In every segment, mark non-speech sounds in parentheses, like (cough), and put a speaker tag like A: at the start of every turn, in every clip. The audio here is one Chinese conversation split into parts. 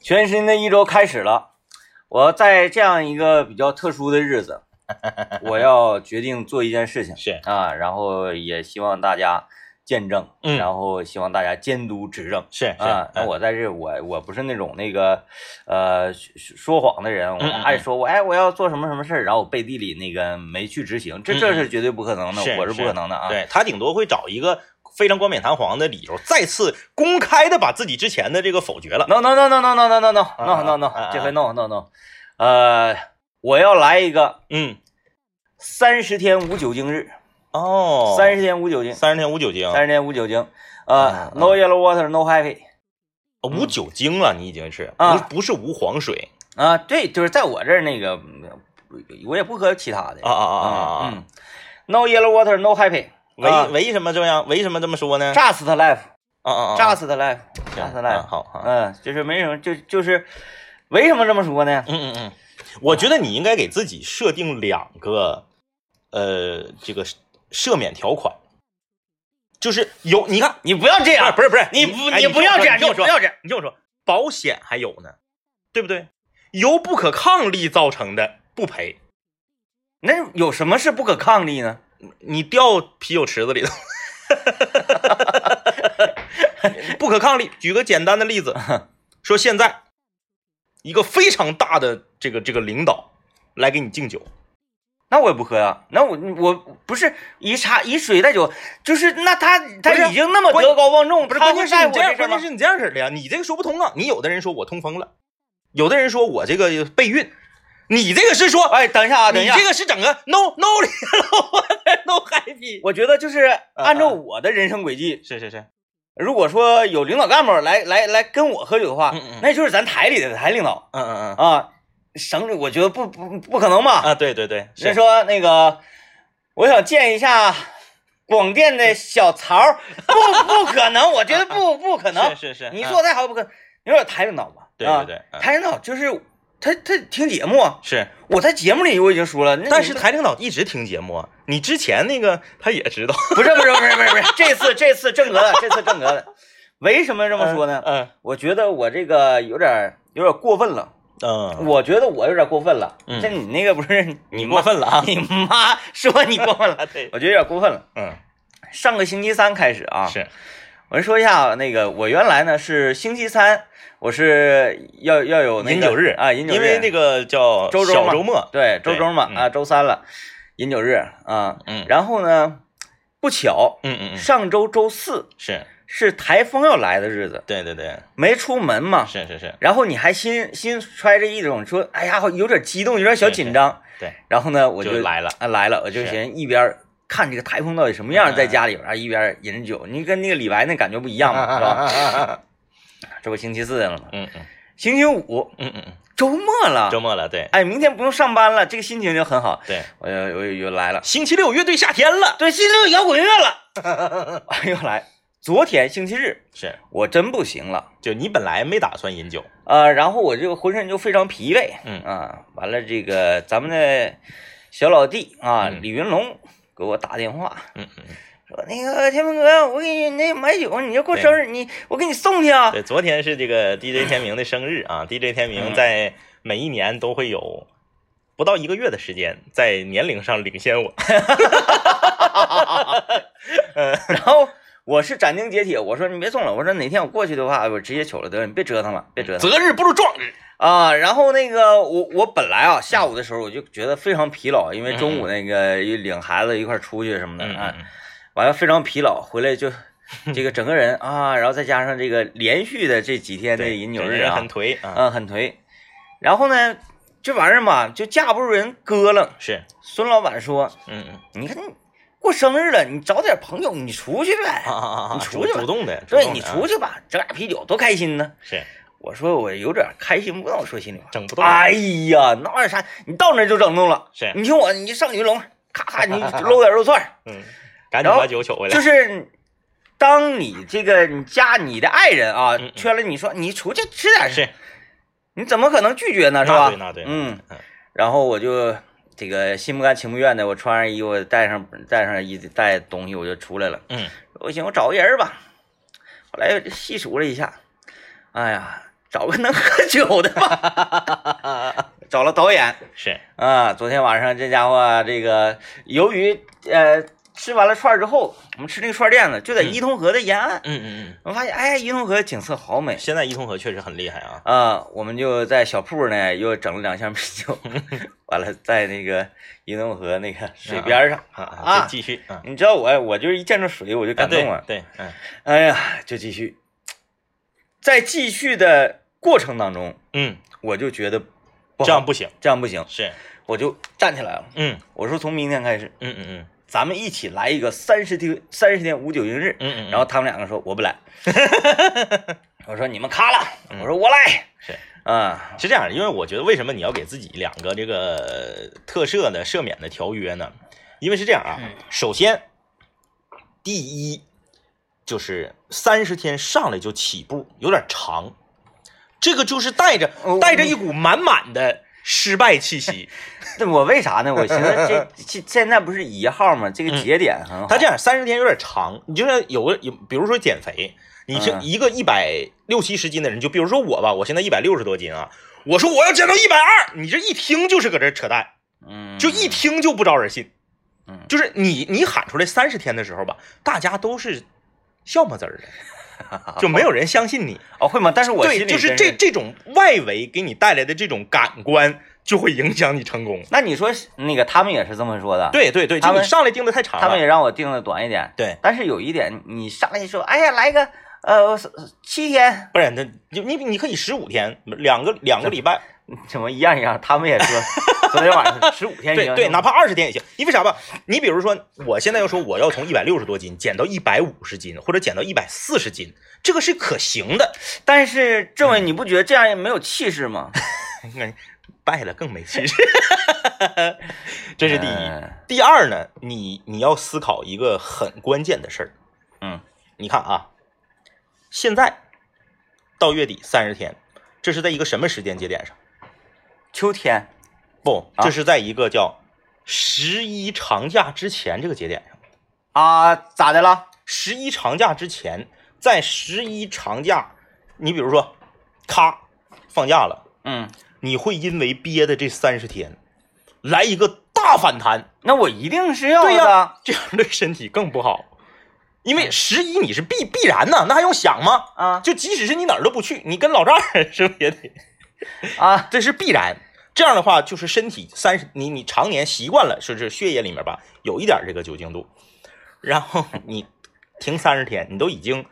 A: 全新的一周开始了，我在这样一个比较特殊的日
B: (laughs)
A: 子，我要决定做一件事情
B: 是
A: 啊，然后也希望大家见证，
B: 嗯
A: 然后希望大家监督指正。
B: 是是
A: 啊，那
B: 嗯
A: 我在这，我我不是那种那个，呃，说谎的人，我
B: 嗯嗯
A: 爱说我哎我要做什么什么事儿，然后我背地里那个没去执行，这这是绝对不可能的，
B: 嗯是
A: 我不可能的啊。
B: 对他顶多会找一个非常冠冕堂皇的理由，再次公开的把自己之前的这个否决了。
A: no no no no no no no no no no no
B: 啊啊
A: no，这回 no no no，呃，我要来一个
B: 嗯，
A: 三十天无酒精日，
B: 哦，
A: 三十天无酒精，
B: 三十天无酒精，
A: 三十天无酒精，
B: 啊
A: 呃，no yellow water no happy，
B: 哦无酒精了，你已经是
A: 啊
B: 不不是无黄水
A: 啊，对，就是在我这儿那个，嗯我也不喝其他的
B: 啊啊啊啊啊！
A: 嗯，no yellow water no happy，
B: 为
A: 啊
B: 为什么这样？为什么这么说呢？
A: just life。
B: 啊啊啊！
A: 炸死他来，
B: 行
A: 炸死他
B: 啊
A: 来。
B: 好啊，
A: 嗯，就是没什么，就就是为什么这么说呢？
B: 嗯嗯嗯，我觉得你应该给自己设定两个，呃，这个赦免条款，就是有你看，
A: 你不要这
B: 不是
A: 样，
B: 不是不是，
A: 你不
B: 哎
A: 你不要这样，
B: 你听
A: 你
B: 我
A: 不
B: 说，
A: 要这样。
B: 你听我说，保险还有呢，对不对？由不可抗力造成的不赔，
A: 那有什么是不可抗力呢？
B: 你掉啤酒池子里头。不可抗力。举个简单的例子，说现在一个非常大的这个这个领导来给你敬酒，
A: 那我也不喝呀、那我我不是以茶以水代酒，就是那他他
B: 不是
A: 已经那么
B: 关
A: 德高望重，
B: 不是
A: 他
B: 关
A: 会
B: 键
A: 在
B: 是你
A: 乎这
B: 这样，
A: 事儿
B: 关
A: 吗
B: 键？是你这样式儿的呀，你这个说不通啊。你有的人说我通风了，有的人说我这个备孕，你这个是说
A: 哎，等一下啊，等一
B: 你
A: 下
B: 这，个是整个 no no (laughs) no happy。
A: 我觉得就是
B: 呃
A: 按照我的人生轨迹，
B: 是是是，
A: 如果说有领导干部来来来跟我喝酒的话，
B: 嗯嗯
A: 那就是咱台里的台领导
B: 嗯嗯嗯
A: 啊，省里我觉得不不不可能吧？
B: 啊，对对对，
A: 人
B: 是
A: 说那个，我想见一下广电的小曹
B: (laughs)
A: 儿，不不可能，我觉得不不可能。
B: 是是是，
A: 你
B: 啊
A: 做再好不可能，你说台领导吧？
B: 对
A: 啊
B: 对对嗯
A: 台领导就是他他听节目啊，
B: 是，
A: 我在节目里我已经说了，那
B: 但
A: 你
B: 是
A: 不
B: 台领导一直听节目啊，你之前那个他也知道。
A: 不是不是不是不是不是，这次这次正格的，这次正格的，为什么这么说呢？
B: (laughs) 嗯
A: 我觉得我这个有点儿有点儿过分了，
B: 嗯，
A: 我觉得我有点儿过分了。
B: 嗯
A: 这你那个不是
B: (laughs) 你
A: 妈
B: 过分了啊！
A: 你妈 (laughs) 说你过分了，
B: 对，
A: 我觉得有点儿过分了。
B: 嗯
A: 上个星期三开始啊，
B: 是，
A: 我说一下啊那个，我原来呢是星期三，我是要要有那个
B: 饮酒日
A: 啊，饮酒日，
B: 因为那
A: 个
B: 个叫
A: 周周嘛
B: 小周末，
A: 对周中嘛
B: 对嗯
A: 啊，周三了，饮酒日啊，
B: 嗯
A: 然后呢，不巧，
B: 嗯嗯嗯，
A: 上周周四
B: 是
A: 是台风要来的日子，
B: 对对对，
A: 没出门嘛，
B: 是是是，
A: 然后你还心心揣着一种说，哎呀，有点激动，有点小紧张，
B: 对对
A: 然后呢，我
B: 就来了
A: 啊来了，我就是寻思一边儿看这个台风到底什么样，
B: 嗯
A: 在家里边儿一边儿饮着酒，你跟那个李白那感觉不一样嘛，是
B: (laughs)
A: 吧？
B: 吧？
A: 这不星期四了吗？
B: 嗯嗯
A: 星期五
B: 嗯嗯
A: 周末了
B: 嗯，，周末了，对
A: 哎，明天不用上班了，这个心情就很好。
B: 对，
A: 我又哎我又又来了，
B: 星期六乐队夏天了，
A: 对，星期六摇滚乐了， (laughs) 哎又来。昨天星期日，
B: 是，
A: 我真不行了，
B: 就你本来没打算饮酒，
A: 呃，然后我这个浑身就非常疲惫，
B: 嗯
A: 啊，完了这个咱们的小老弟啊，
B: 嗯
A: 李云龙给我打电话
B: 嗯嗯，嗯
A: 说，那个天明哥，我给你那买酒，你这过生日，你我给你送去啊。
B: (laughs) 对，昨天是这个 DJ 天明的生日啊，DJ 天明在每一年都会有不到一个月的时间，在年龄上领先我，
A: (laughs) 然后我是斩钉截铁，我说你别送了，我说哪天我过去的话，我直接求了，得你别折腾了，别折腾了。
B: 择日不如撞日，
A: 啊，然后那个我我本来啊下午的时候我就觉得非常疲劳，因为中午那个一领孩子一块儿出去什么的，
B: 嗯
A: 啊，
B: 嗯
A: 完了非常疲劳，回
B: (laughs)
A: 来就这个整个人啊，然后再加上这个连续的这几天的
B: 对，
A: 饮酒
B: 整个
A: 日
B: 人
A: 啊
B: 很，颓啊，
A: 嗯，很颓。然后呢，这玩意儿嘛就架不住人搁楞。
B: 是，
A: 孙老板说
B: 嗯嗯：“
A: 你看你过生日了，你找点朋友，你出去呗
B: 啊，啊啊啊，
A: 你
B: 主
A: 出去吧
B: 主动的，主
A: 对
B: 动
A: 你
B: 的啊
A: 出去吧，整俩啤酒多开心呢。”
B: 是
A: 我说我有点开心不到，说心里话。
B: 整不动，哎
A: 哎呀，那玩意儿啥？你到那儿就整动了。
B: 是，
A: 你听我，你上云龙，咔咔，
B: (laughs)
A: 你搂点肉串儿，
B: 嗯，赶紧
A: 然后
B: 把酒取回来
A: 就，是当你这个你家你的爱人啊
B: 嗯嗯
A: 圈了你说你出去吃点啥，
B: 是，
A: 你怎么可能拒绝呢？是
B: 那
A: 吧
B: 对？那对，
A: 嗯
B: 嗯，
A: 然后我就这个心不甘情不愿的，我穿上衣服，带上带上一带东西，我就出来了。
B: 嗯
A: 我寻思我找个人吧，后来细数了一下，哎呀，找个能喝酒的吧。
B: (laughs)
A: 找了导演
B: 是，
A: 啊，昨天晚上这家伙啊这个，由于呃吃完了串儿之后，我们吃那个串儿店子就在
B: 嗯
A: 伊通河的沿岸，
B: 嗯嗯
A: 我们发现哎伊通河景色好美
B: 嗯，。现在伊通河确实很厉害啊，
A: 啊，我们就在小铺呢又整了两箱啤酒， (laughs) 完了在那个伊通河那个水边儿上
B: 啊
A: 啊
B: 对，继续啊，
A: 你知道我我就是一见着水我就
B: 啊
A: 感
B: 对
A: 动啊，
B: 对，嗯
A: 哎呀，就继续，在继续的过程当中，
B: 嗯，
A: 我就觉得不
B: 这样
A: 好，
B: 不行，
A: 这样不行，
B: 是，
A: 我就站起来了，
B: 嗯
A: 我说从明天开始，
B: 嗯嗯嗯
A: 咱们一起来一个三十天三十天无酒精日。
B: 嗯嗯，
A: 然后他们两个说我不
B: (laughs)
A: 来，我说你们卡了，我说我来，
B: 嗯是
A: 啊，
B: 是这样，因为我觉得为什么你要给自己两个这个特赦的赦免的条约呢？因为是这样
A: 嗯
B: 啊，首先，第一就是三十天上来就起步有点长，这个就是带着
A: 哦
B: 带着一股满满的失败气息。
A: 那我为啥呢？我寻思
B: (laughs)
A: 这现现在不是一号吗？这个节点很好，
B: 他这样三十天有点长，你就像有个有，比如说减肥，你是
A: 嗯
B: 一个一百六七十斤的人，就比如说我吧，我现在一百六十多斤啊，我说我要减到一百二，你这一听就是搁这扯淡。
A: 嗯，
B: 就一听就不招人信。
A: 嗯
B: 就是你你喊出来三十天的时候吧，大家都是笑么子儿的，就没有人相信你。
A: 哦会吗？但是 (laughs) 我心
B: 对，
A: 里
B: 就是
A: 真
B: 这，这种外围给你带来的这种感官，就会影响你成功。
A: 那你说那个他们也是这么说的，，
B: 对对对，
A: 啊他
B: 就
A: 们
B: 你上来定的太长了。
A: 他们也让我定的短一点，
B: 对，
A: 但是有一点，你上来就说，哎呀，来个呃七天，
B: 不然那你你你可以十五天，两个两个礼拜，
A: 怎么一样一样？他们也
B: (laughs)
A: 说昨天晚上十五天
B: 对
A: 行，
B: 对，哪怕二十天也行。因为啥吧？你比如说，我现在要说我要从一百六十多斤减到一百五十斤，或者减到一百四十斤，这个是可行的。
A: 但是政委，你不觉得这样也没有气势吗？
B: 那哎败了更没气势， (laughs) 这是第一。
A: 嗯
B: 第二呢，你你要思考一个很关键的事儿。
A: 嗯，
B: 你看啊，现在到月底三十天，这是在一个什么时间节点上？
A: 秋天，
B: 不，
A: 啊
B: 这是在一个叫十一长假之前这个节点上。
A: 啊，咋的了？
B: 十一长假之前，在十一长假，你比如说，咔，放假了，
A: 嗯，
B: 你会因为憋的这三十天，来一个大反弹。
A: 那我一定是要的。
B: 对呀、嗯这样对身体更不好。因为十一你是必必然呐，那还用想吗？
A: 啊
B: 就即使是你哪儿都不去，你跟老丈人 (laughs) 是不是也得？
A: 啊，
B: 这是必然。这样的话，就是身体三十，你你常年习惯了，是是血液里面吧有一点这个酒精度，然后 (laughs) 你停三十天，你都已经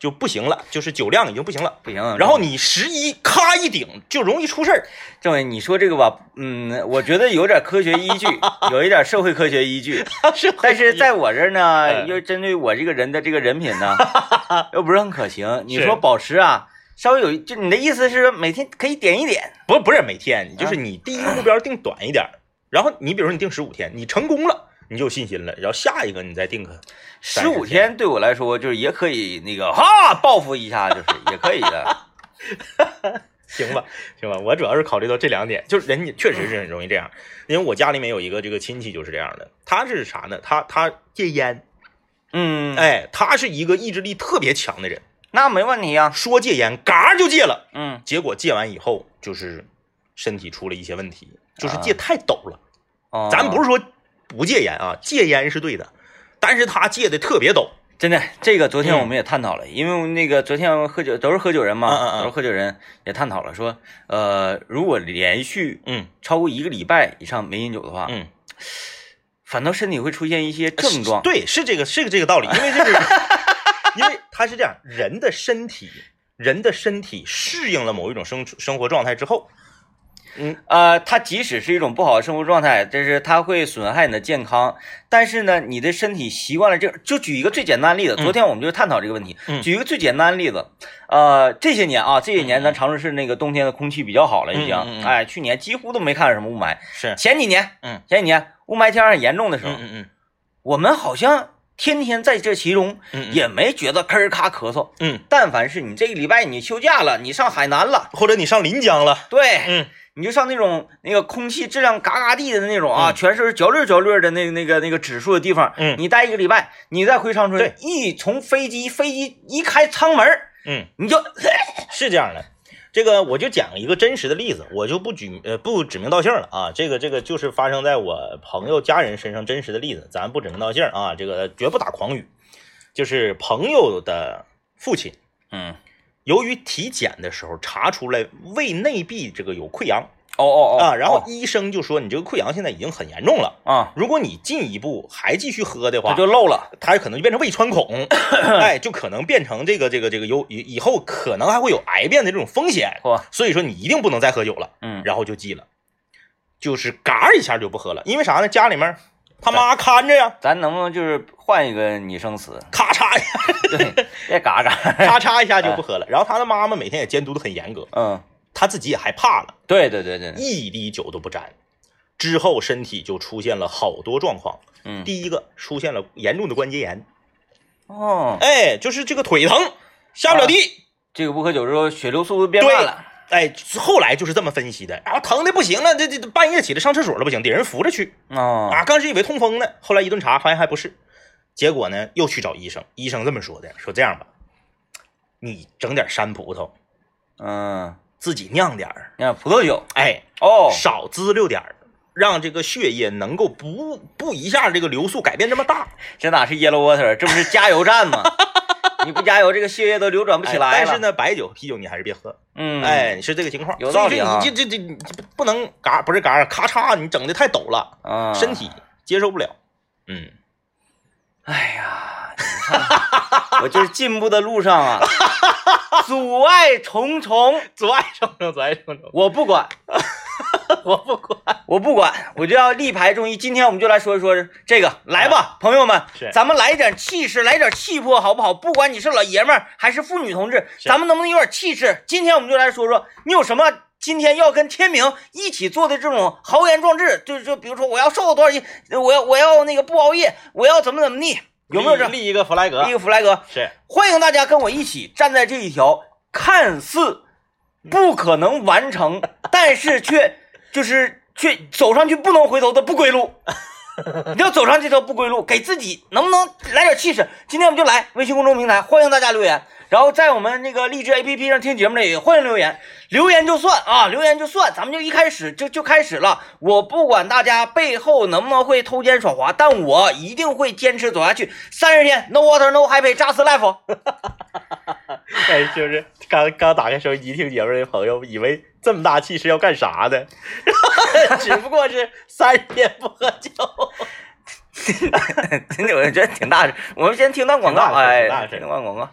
B: 就不行了，就是酒量已经不行了。
A: 不行。
B: 然后你十一咔一顶，就容易出事儿。 (laughs)
A: 政委，你说这个吧，嗯，我觉得有点科学依据，有一点社会科学依据，
B: 是
A: 但是在我这儿呢，
B: 嗯
A: 又针对我这个人的这个人品呢，又不是很可行。你
B: 是
A: 说保持啊，稍微有一，就你的意思是每天可以点一点，
B: 不不是每天，就是
A: 啊
B: 你第一个目标定短一点儿，然后你比如说你定十五天，你成功了，你就有信心了，然后下一个你再定个
A: 十五
B: 30
A: 天对我来说就是也可以那个哈报复一下，就是也可以的。
B: 行吧，行吧，我主要是考虑到这两点，就是人家确实是很容易这样，因为我家里面有一个这个亲戚就是这样的，他是啥呢？他他戒烟，
A: 嗯，
B: 哎，他是一个意志力特别强的人，
A: 那没问题啊。
B: 说戒烟，嘎就戒了，
A: 嗯，
B: 结果戒完以后就是身体出了一些问题，就是戒太陡了。
A: 哦
B: 咱不是说不戒烟啊，戒烟是对的，但是他戒的特别陡。
A: 真的，这个昨天
B: 嗯
A: 我们也探讨了，因为那个昨天喝酒都是喝酒人嘛，
B: 嗯嗯嗯
A: 都是喝酒人也探讨了说，呃，如果连续
B: 嗯
A: 超过一个礼拜以上没饮酒的话，
B: 嗯，呃
A: 反倒身体会出现一些症
B: 是
A: 状。
B: 对，是这个是这个道理，因为这个，因为它是这样，人的身体，人的身体适应了某一种生生活状态之后，嗯，
A: 呃，它即使是一种不好的生活状态，这是它会损害你的健康，但是呢，你的身体习惯了这，就举一个最简单的例子，昨天我们就探讨这个问题，
B: 嗯
A: 举一个最简单的例子，呃，这些年啊，这些年
B: 嗯嗯
A: 咱长春市那个冬天的空气比较好了，已经，
B: 嗯嗯嗯
A: 哎，去年几乎都没看着什么雾霾，
B: 是，
A: (laughs) 前几年，
B: 嗯，
A: 前几年雾霾天很严重的时候，
B: 嗯嗯嗯
A: 我们好像天天在这其中，
B: 嗯，
A: 也没觉得吭儿咔咳嗽。
B: 嗯，
A: 但凡是你这个礼拜你休假了，你上海南了，
B: 或者你上临江了，
A: 对，
B: 嗯，
A: 你就上那种那个空气质量嘎嘎地的那种啊，
B: 嗯
A: 全是焦绿焦绿的那那个那个指数的地方，
B: 嗯
A: 你待一个礼拜，你再回长春，
B: 对
A: 一从飞机飞机一开舱门儿，
B: 嗯，
A: 你就，
B: 是这样的。这个我就讲一个真实的例子，我就不举呃不指名道姓了啊。这个这个就是发生在我朋友家人身上真实的例子，咱不指名道姓啊。这个绝不打诳语，就是朋友的父亲，
A: 嗯，
B: 由于体检的时候查出来胃内壁这个有溃疡
A: 哦哦哦
B: 啊，然后
A: 哦
B: 医生就说你这个溃疡现在已经很严重了，
A: 啊，
B: 如果你进一步还继续喝的
A: 他
B: 话，
A: 就漏了，
B: 它可能就变成胃
A: (coughs)
B: 穿孔，哎，就可能变成这个这个这个有以以后可能还会有癌变的这种风险，
A: 嚯，
B: 所以说你一定不能再喝酒了。
A: 嗯，
B: 然后就戒了，就是嘎儿一下就不喝了，因为啥呢？家里面他
A: 哎
B: 妈看着呀，
A: 咱能不能就是换一个拟声词？
B: 咔嚓一下，
A: 对，别嘎嘎，
B: 咔嚓一下
A: 哎
B: 就不喝了。然后他的妈妈每天也监督的很严格，
A: 嗯，
B: 他自己也害怕了，
A: 对对对对，
B: 一滴酒都不沾。之后身体就出现了好多状况，
A: 嗯，
B: 第一个出现了严重的关节炎，
A: 哦，
B: 哎，就是这个腿疼，下不了地。
A: 这个不喝酒之后血流速度变慢了，
B: 哎，后来就是这么分析的，然后啊疼的不行了，这这半夜起来上厕所了不行，得人扶着去
A: 哦，
B: 啊。刚是以为痛风呢，后来一顿查发现还不是，结果呢又去找医生，医生这么说的，说这样吧，你整点山葡萄，
A: 嗯，
B: 自己酿点儿，
A: 你看葡萄酒，
B: 哎，
A: 哦，
B: 少滋溜点儿，让这个血液能够不不一下这个流速改变这么大，
A: 这哪是 yellow water，这不是加油站
B: (laughs)
A: 吗？你不加油，这个血液都流转不起来
B: 哎
A: 了。
B: 但是，呢，白酒、啤酒你还是别喝，
A: 嗯，
B: 哎，你是这个情况，
A: 有道理
B: 所以
A: 啊
B: 说你这这这这不能嘎，不是嘎，咔嚓，你整的太陡了。
A: 啊，
B: 身，体接受不了。嗯，
A: 哎呀，你看，我就是进步的路上
B: (laughs)
A: 啊，阻碍重重，
B: 阻碍生成，阻碍生成，
A: 我不管，
B: 我不 (laughs) 管。
A: 我不管，我就要力排众议。今天我们就来说一说这个，来吧，朋友们
B: 哎是，
A: 咱们来点气势，来点气魄，好不好？不管你是老爷们儿还是妇女同志，
B: 是
A: 咱们能不能有点气势？今天我们就来说说，你有什么今天要跟天明一起做的这种豪言壮志？就就比如说，我要瘦到多少斤，我要我要那个不熬夜，我要怎么怎么地，有没有这
B: 立立一个弗莱格
A: 立？个弗莱格？
B: 是
A: 欢迎大家跟我一起站在这一条看似不可能完成，但是却就是却走上去不能回头的不归路。你要走上这条不归路，给自己能不能来点气势？今天我们就来微信公众平台，欢迎大家留言，然后在我们那个荔枝 APP 上听节目的也欢迎留言，留言就算啊，留言就算，咱们就一开始就就开始了。我不管大家背后能不能会偷奸耍滑，但我一定会坚持走下去。三十天，no water no happy，扎死 life。
B: 哎，就是刚刚打开收音机听节目的朋友，以为这么大气势要干啥 (laughs) 的，只不过是三十天不喝酒。
A: 真 (laughs) 的，我觉得挺大声。我们先听段广告，
B: 挺大声
A: 哎
B: 挺大，声
A: 听段广告。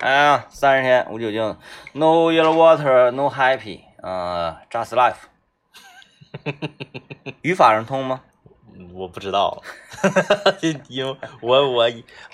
A: 哎呀，三十天无酒精，No yellow water, no happy，呃，just
B: (laughs)
A: life。语法上通吗？
B: 嗯我不知道， (laughs) 因为我我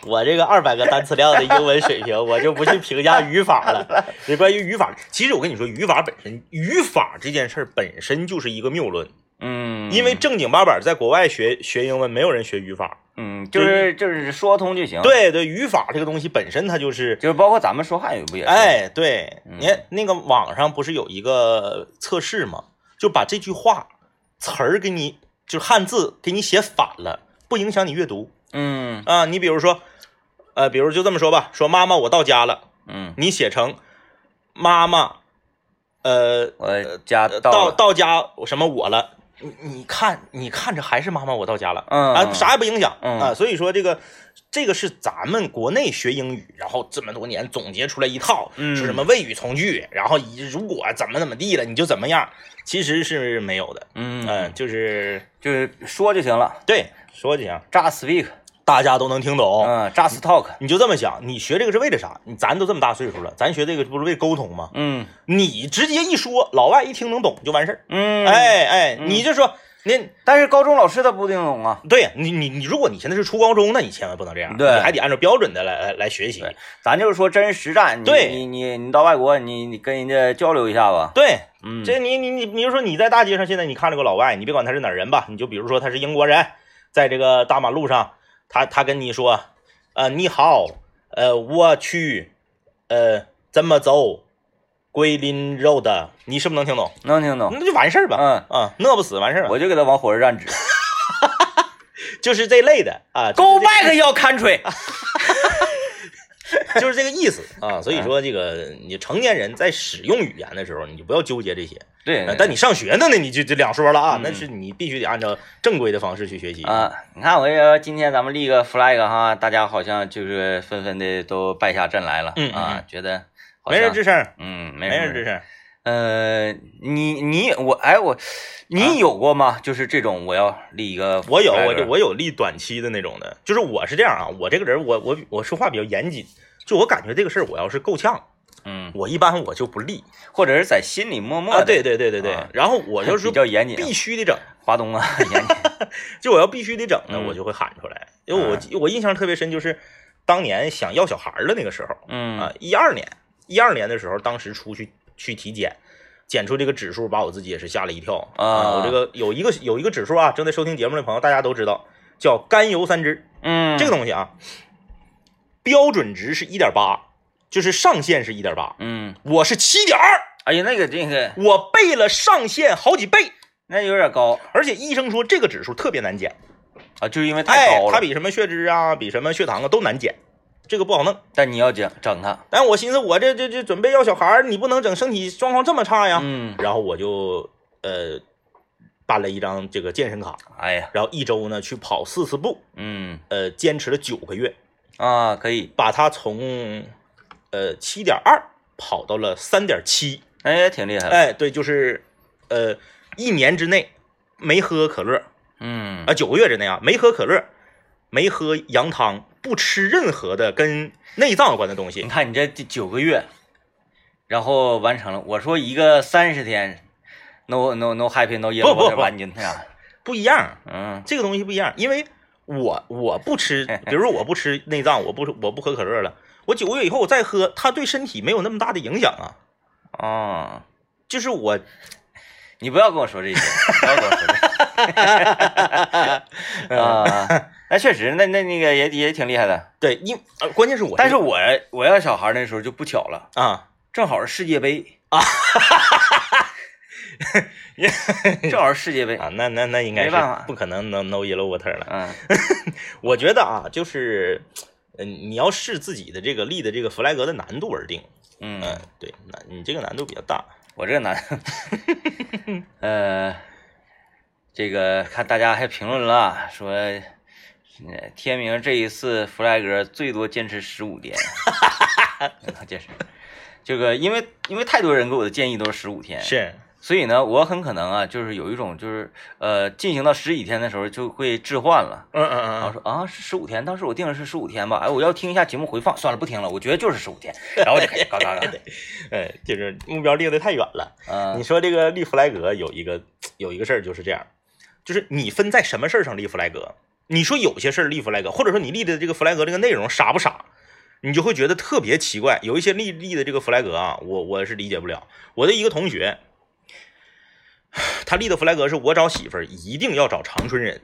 B: 我这个二百个单词量的英文水平，我就不去评价语法了。这关于语法，其实我跟你说，语法本身，语法这件事儿本身就是一个谬论。
A: 嗯，
B: 因为正经八百在国外学学英文，没有人学语法。
A: 嗯，就是就是说通就行。，
B: 对对，语法这个东西本身它就是，
A: 就是包括咱们说汉语不也是？，
B: 哎，对，
A: 嗯
B: 你看那个网上不是有一个测试吗？就把这句话词儿给你，就是汉字给你写反了，不影响你阅读
A: 嗯
B: 啊。你比如说，呃，比如就这么说吧，说妈妈我到家了，
A: 嗯，
B: 你写成妈妈，呃，
A: 我家
B: 呃
A: 到
B: 到
A: 了，
B: 到家我什么我了。你你看，你看着还是妈妈我到家了，
A: 嗯
B: 啊，啥也不影响、
A: 嗯
B: 啊，所以说这个这个是咱们国内学英语，然后这么多年总结出来一套，
A: 嗯
B: 是什么谓语从句，然后以如果怎么怎么地了，你就怎么样，其实是没有的，
A: 嗯
B: 嗯，，就是
A: 就是说就行了
B: 对，说就行，
A: ，just speak，
B: 大家都能听懂，
A: 嗯，just talk，
B: 你就这么想，你学这个是为了啥？你咱都这么大岁数了，咱学这个不是为沟通吗？
A: 嗯
B: 你直接一说，老外一听能懂就完事儿，
A: 嗯，，
B: 哎哎，你就说那。
A: 但是高中老师他不听懂啊。
B: 对呀你你你，如果你现在是初高中，那你千万不能这样，
A: 对
B: 你还得按照标准的来来来学习。
A: 对咱就是说真实实战，你
B: 对
A: 你你你到外国，你你跟人家交流一下吧。
B: 对，
A: 嗯，
B: 这你你你，你就说你在大街上，现在你看着个老外，你别管他是哪儿人吧，你就比如说他是英国人，在这个大马路上，他他跟你说，呃，你好，呃，我去，呃，怎么走，桂林 road，你是不是能听懂？
A: 能听懂。
B: 那就完事儿吧，
A: 嗯，
B: 啊，饿不死完事儿了，
A: 我就给他往火车站指。
B: 就是这类的啊。啊
A: Go back your country。
B: 就是这个意思啊。
A: 嗯
B: 所以说，这个你成年人在使用语言的时候，你就不要纠结这些。
A: (laughs) 对
B: 呃，但
A: 你
B: 你上学呢，那你就就两说了啊
A: 嗯，
B: 那是你必须得按照正规的方式去学习。
A: 啊，你看我这个今天咱们立个 flag 哈，大家好像就是纷纷的都败下阵来了，
B: 嗯嗯
A: 啊，觉得好
B: 没人
A: 像
B: 吱声，
A: 嗯，没
B: 没
A: 人
B: 人吱声。
A: 呃，你你我哎我，你有过吗？就是这种我要立一个 flag，
B: 啊我有，我
A: 啊
B: 就我有立短期的那种的，就是我是这样啊，我这个人，我我我说话比较严谨，就我感觉这个事儿，我要是够呛，
A: 嗯，
B: 我一般我就不立
A: 或者是在心里默默
B: 啊。
A: 的，
B: 对对对对对，
A: 啊
B: 然后我就是
A: 比较严谨啊，
B: 必须得整，
A: 华
B: (laughs)
A: 东啊，严谨，
B: 就我要必须得整呢，
A: 嗯哎
B: 我就会喊出来，因为我我印象特别深，就是当年想要小孩儿的那个时候
A: 嗯
B: 啊，一二年，一二年的时候，当时出去去体检。检出这个指数，把我自己也是吓了一跳
A: 啊
B: 我这个有一个有一个指数啊，正在收听节目的朋友，大家都知道，叫甘油三酯。
A: 嗯，
B: 这个东西啊，标准值是一点八，就是上限是一点八，
A: 嗯，
B: 我是七点二，
A: 哎呀，那个这个
B: 我背了上限好几倍，
A: 那有点高
B: 而且医生说这个指数特别难减，
A: 啊，就是因为太
B: 哎
A: 高，了，
B: 它比什么血脂啊，比什么血糖啊都难减，这个不好弄。
A: 但你要整整它，
B: 但我寻思我这这这准备要小孩儿，你不能整身体状况这么差呀，
A: 嗯，
B: 然后我就呃办了一张这个健身卡，
A: 哎呀，
B: 然后一周呢去跑四次步，
A: 嗯
B: 呃，坚持了九个月。
A: 啊，可以，
B: 把它从呃七点二跑到了三点七。
A: 哎，也挺厉害的，
B: 哎，对，就是呃一年之内没喝可乐
A: 嗯
B: 啊，九、个月之内啊没喝可乐，没喝羊汤，不吃任何的跟内脏有关的东
A: 你
B: 西。
A: 看你这第九个月，然后完成了。我说一个三十天，no no no happy no
B: 不
A: yellow
B: 不不
A: 完那啥，
B: (laughs) 不一样，
A: 嗯
B: 这个东西不一样，因为我我不吃，比如说我不吃内脏，我不我不喝可乐了，我九个月以后我再喝，它对身体没有那么大的影响啊。
A: 哦，
B: 就是我
A: 你不要跟我说这些，不要跟我说
B: (laughs)
A: 这些。啊，那确实，那那那个也也挺厉害的。
B: 对因、呃关键是我
A: 但是我我要小孩那时候就不巧了，
B: 啊，
A: 正好是世界杯啊， (laughs) 正好是世界杯，
B: 啊，那那那应该
A: 没办法
B: 是不可能能 no yellow water 了。
A: 嗯
B: 我觉得啊，就是，嗯，你要视自己的这个立的这个弗莱格的难度而定。嗯
A: 嗯，，
B: 对，那你这个难度比较大。
A: 我这男，呃，这个看大家还评论了，说呃天明这一次弗莱格最多坚持十五天，嗯坚持。这个因为因为太多人给我的建议都是十五天，
B: 是，
A: 所以呢，我很可能啊，就是有一种就是呃，进行到十几天的时候就会置换了。
B: 嗯嗯
A: 然后
B: 嗯，
A: 说啊，是十五天，当时我定的是十五天吧，哎，我要听一下节目回放，算了，不听了，我觉得就是十五天，然后我就开始嘎嘎嘎，
B: (laughs) 哎，就是目标定的太远了。
A: 嗯
B: 你说这个立弗莱格有一个有一个事儿就是这样，就是你分在什么事儿上立弗莱格。你说有些事儿立弗莱格，或者说你立的这个弗莱格这个内容傻不傻，你就会觉得特别奇怪。有一些立立的这个弗莱格啊，我我是理解不了。我的一个同学，他立的弗莱格是我找媳妇儿一定要找长春人，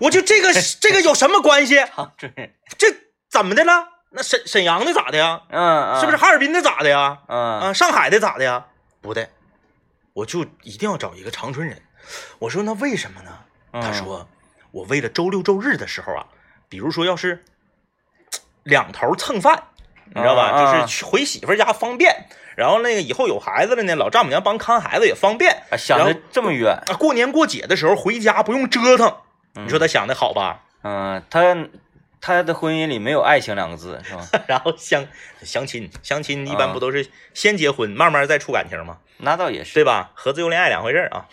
B: 我就这个这个有什么关系？
A: 好，这是，
B: 这怎么的了？那沈沈阳的咋的呀？
A: 嗯，嗯
B: 是不是？哈尔滨的咋的呀？
A: 嗯，
B: 啊，上海的咋的呀？不对，我就一定要找一个长春人。我说那为什么呢？他
A: 嗯
B: 说我为了周六周日的时候啊，比如说要是嘖两头蹭饭，你知道吧？
A: 啊啊
B: 就是去回媳妇儿家方便，然后那个以后有孩子了呢，老丈母娘帮看孩子也方便
A: 啊，想
B: 然
A: 的
B: 后
A: 这么远，
B: 啊。过年过节的时候回家不用折腾，你说他想的好吧？ (laughs)
A: 嗯、他他的婚姻里没有爱情两个字，是吧？
B: 然后相相亲，相亲一
A: 啊
B: 般不都是先结婚，慢慢再处感情吗？
A: 那倒也是，
B: 对吧？和自由恋爱两回事儿啊。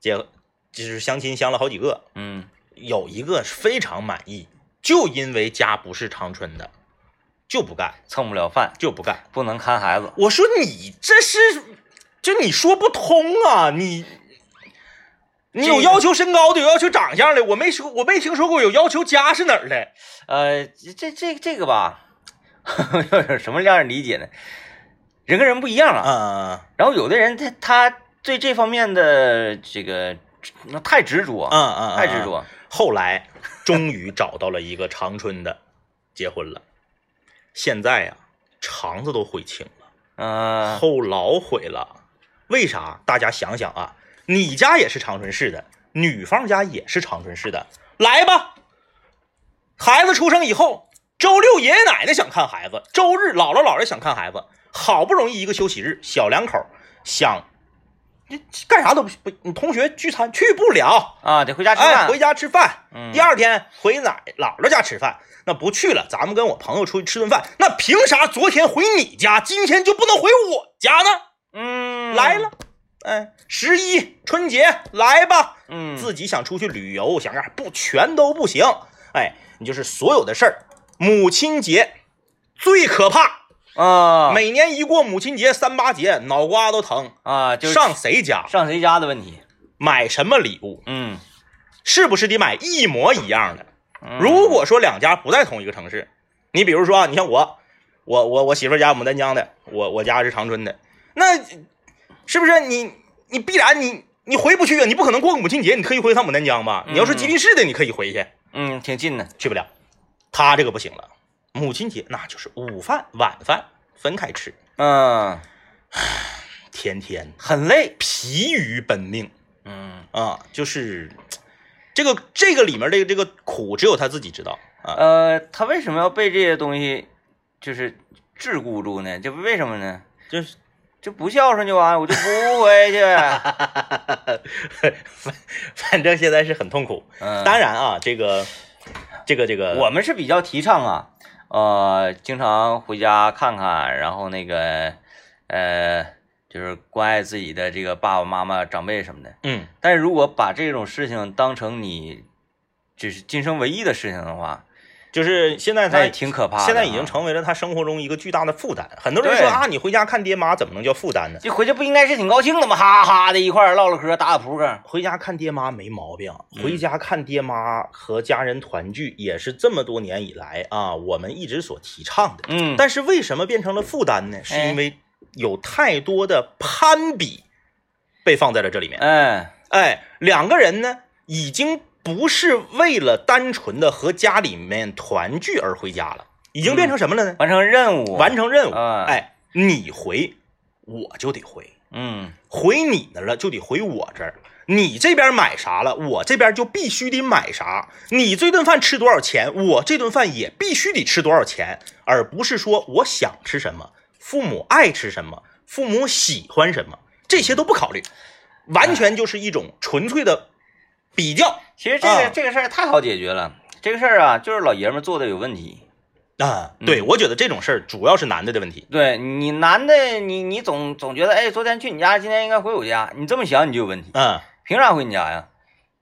B: 结就是相亲相了好几个，
A: 嗯，
B: 有一个是非常满意，就因为家不是长春的，就不干，
A: 蹭不了饭，
B: 就不干。
A: 不能看孩子，
B: 我说你这是，就你说不通啊！你你有
A: 这个
B: 要求身高的，有要求长相的，我没说，我没听说过有要求家是哪儿的。
A: 呃，这这这个吧， (laughs) 有什么让人理解呢？人跟人不一样啊，
B: 嗯
A: 然后有的人他他对这方面的这个那太执着，
B: 嗯嗯，
A: 太执。着，
B: 后来终于找到了一个长春的，结婚了。现在呀、肠子都悔青了，
A: 嗯、
B: 后老悔了。为啥？大家想想啊，你家也是长春市的，女方家也是长春市的。来吧，孩子出生以后，周六爷爷奶奶想看孩子，周日姥姥姥爷想看孩子，好不容易一个休息日，小两口想，你干啥都不不，你同学聚餐去不了，
A: 啊，得回家吃
B: 哎，
A: 饭。
B: 回家吃饭。
A: 嗯
B: 第二天回奶姥姥家吃饭，那不去了，咱们跟我朋友出去吃顿饭。那凭啥昨天回你家，今天就不能回我家呢？
A: 嗯，
B: 来了，，哎，十一春节来吧，
A: 嗯，
B: 自己想出去旅游，想干啥不全都不行。哎，你就是所有的事儿，母亲节最可怕，
A: 啊，
B: 每年一过母亲节、三八节，脑瓜都疼。
A: 啊，就是
B: 上谁家
A: 上谁家的问题。
B: 买什么礼物，
A: 嗯，
B: 是不是得买一模一样的？
A: 嗯
B: 如果说两家不在同一个城市，你比如说啊，你像我，我我我媳妇儿家牡丹江的，我我家是长春的，那是不是你你必然你你回不去啊？你不可能过个母亲节你特意回趟牡丹江吧？你要是吉林市的，你可以回去，
A: 嗯挺近的，
B: 去不了。他这个不行了，母亲节那就是午饭晚饭分开吃，
A: 嗯，
B: 天天
A: 很累。
B: 疲于奔命
A: 嗯，
B: 啊，就是这个这个里面的这个苦只有他自己知道啊。
A: 呃，他为什么要被这些东西就是桎梏住呢？这为什么呢？
B: 就是
A: 这不孝顺就完，我就不回去。 (laughs)
B: 反反正现在是很痛苦。
A: 嗯，
B: 当然啊，这个这个这个，
A: 我们是比较提倡啊，呃，经常回家看看，然后那个，呃，就是关爱自己的这个爸爸妈妈、长辈什么的。
B: 嗯
A: 但是如果把这种事情当成你就是今生唯一的事情的话，
B: 就是现在他
A: 那也挺可怕的啊。
B: 现在已经成为了他生活中一个巨大的负担。很多人说
A: 对
B: 啊，你回家看爹妈怎么能叫负担呢？
A: 这回去不应该是挺高兴的吗？哈哈的一块儿唠唠嗑、打打扑克。
B: 回家看爹妈没毛病，
A: 嗯
B: 回家看爹妈和家人团聚也是这么多年以来啊，我们一直所提倡的。
A: 嗯，
B: 但是为什么变成了负担呢？是因为有太多的攀比被放在了这里面。
A: 嗯
B: 哎，两个人呢，已经不是为了单纯的和家里面团聚而回家了，已经变成什么了呢？
A: 完成任务，
B: 完，成任务。
A: 嗯啊
B: 哎，你回，我就得回；
A: 嗯
B: 回你那儿了，就得回我这儿。你这边买啥了，我这边就必须得买啥。你这顿饭吃多少钱，我这顿饭也必须得吃多少钱，而不是说我想吃什么，父母爱吃什么，父母喜欢什么，这些都不考虑，完全就是一种纯粹的比较
A: 其实这个、
B: 啊
A: 这个事儿太好解决了，这个事儿啊，就是老爷们儿做的有问题。
B: 啊。对，我觉得这种事儿主要是男的的问题。
A: 对你男的，你你总总觉得，哎，昨天去你家，今天应该回我家，你这么想你就有问题。
B: 嗯，
A: 凭啥回你家呀？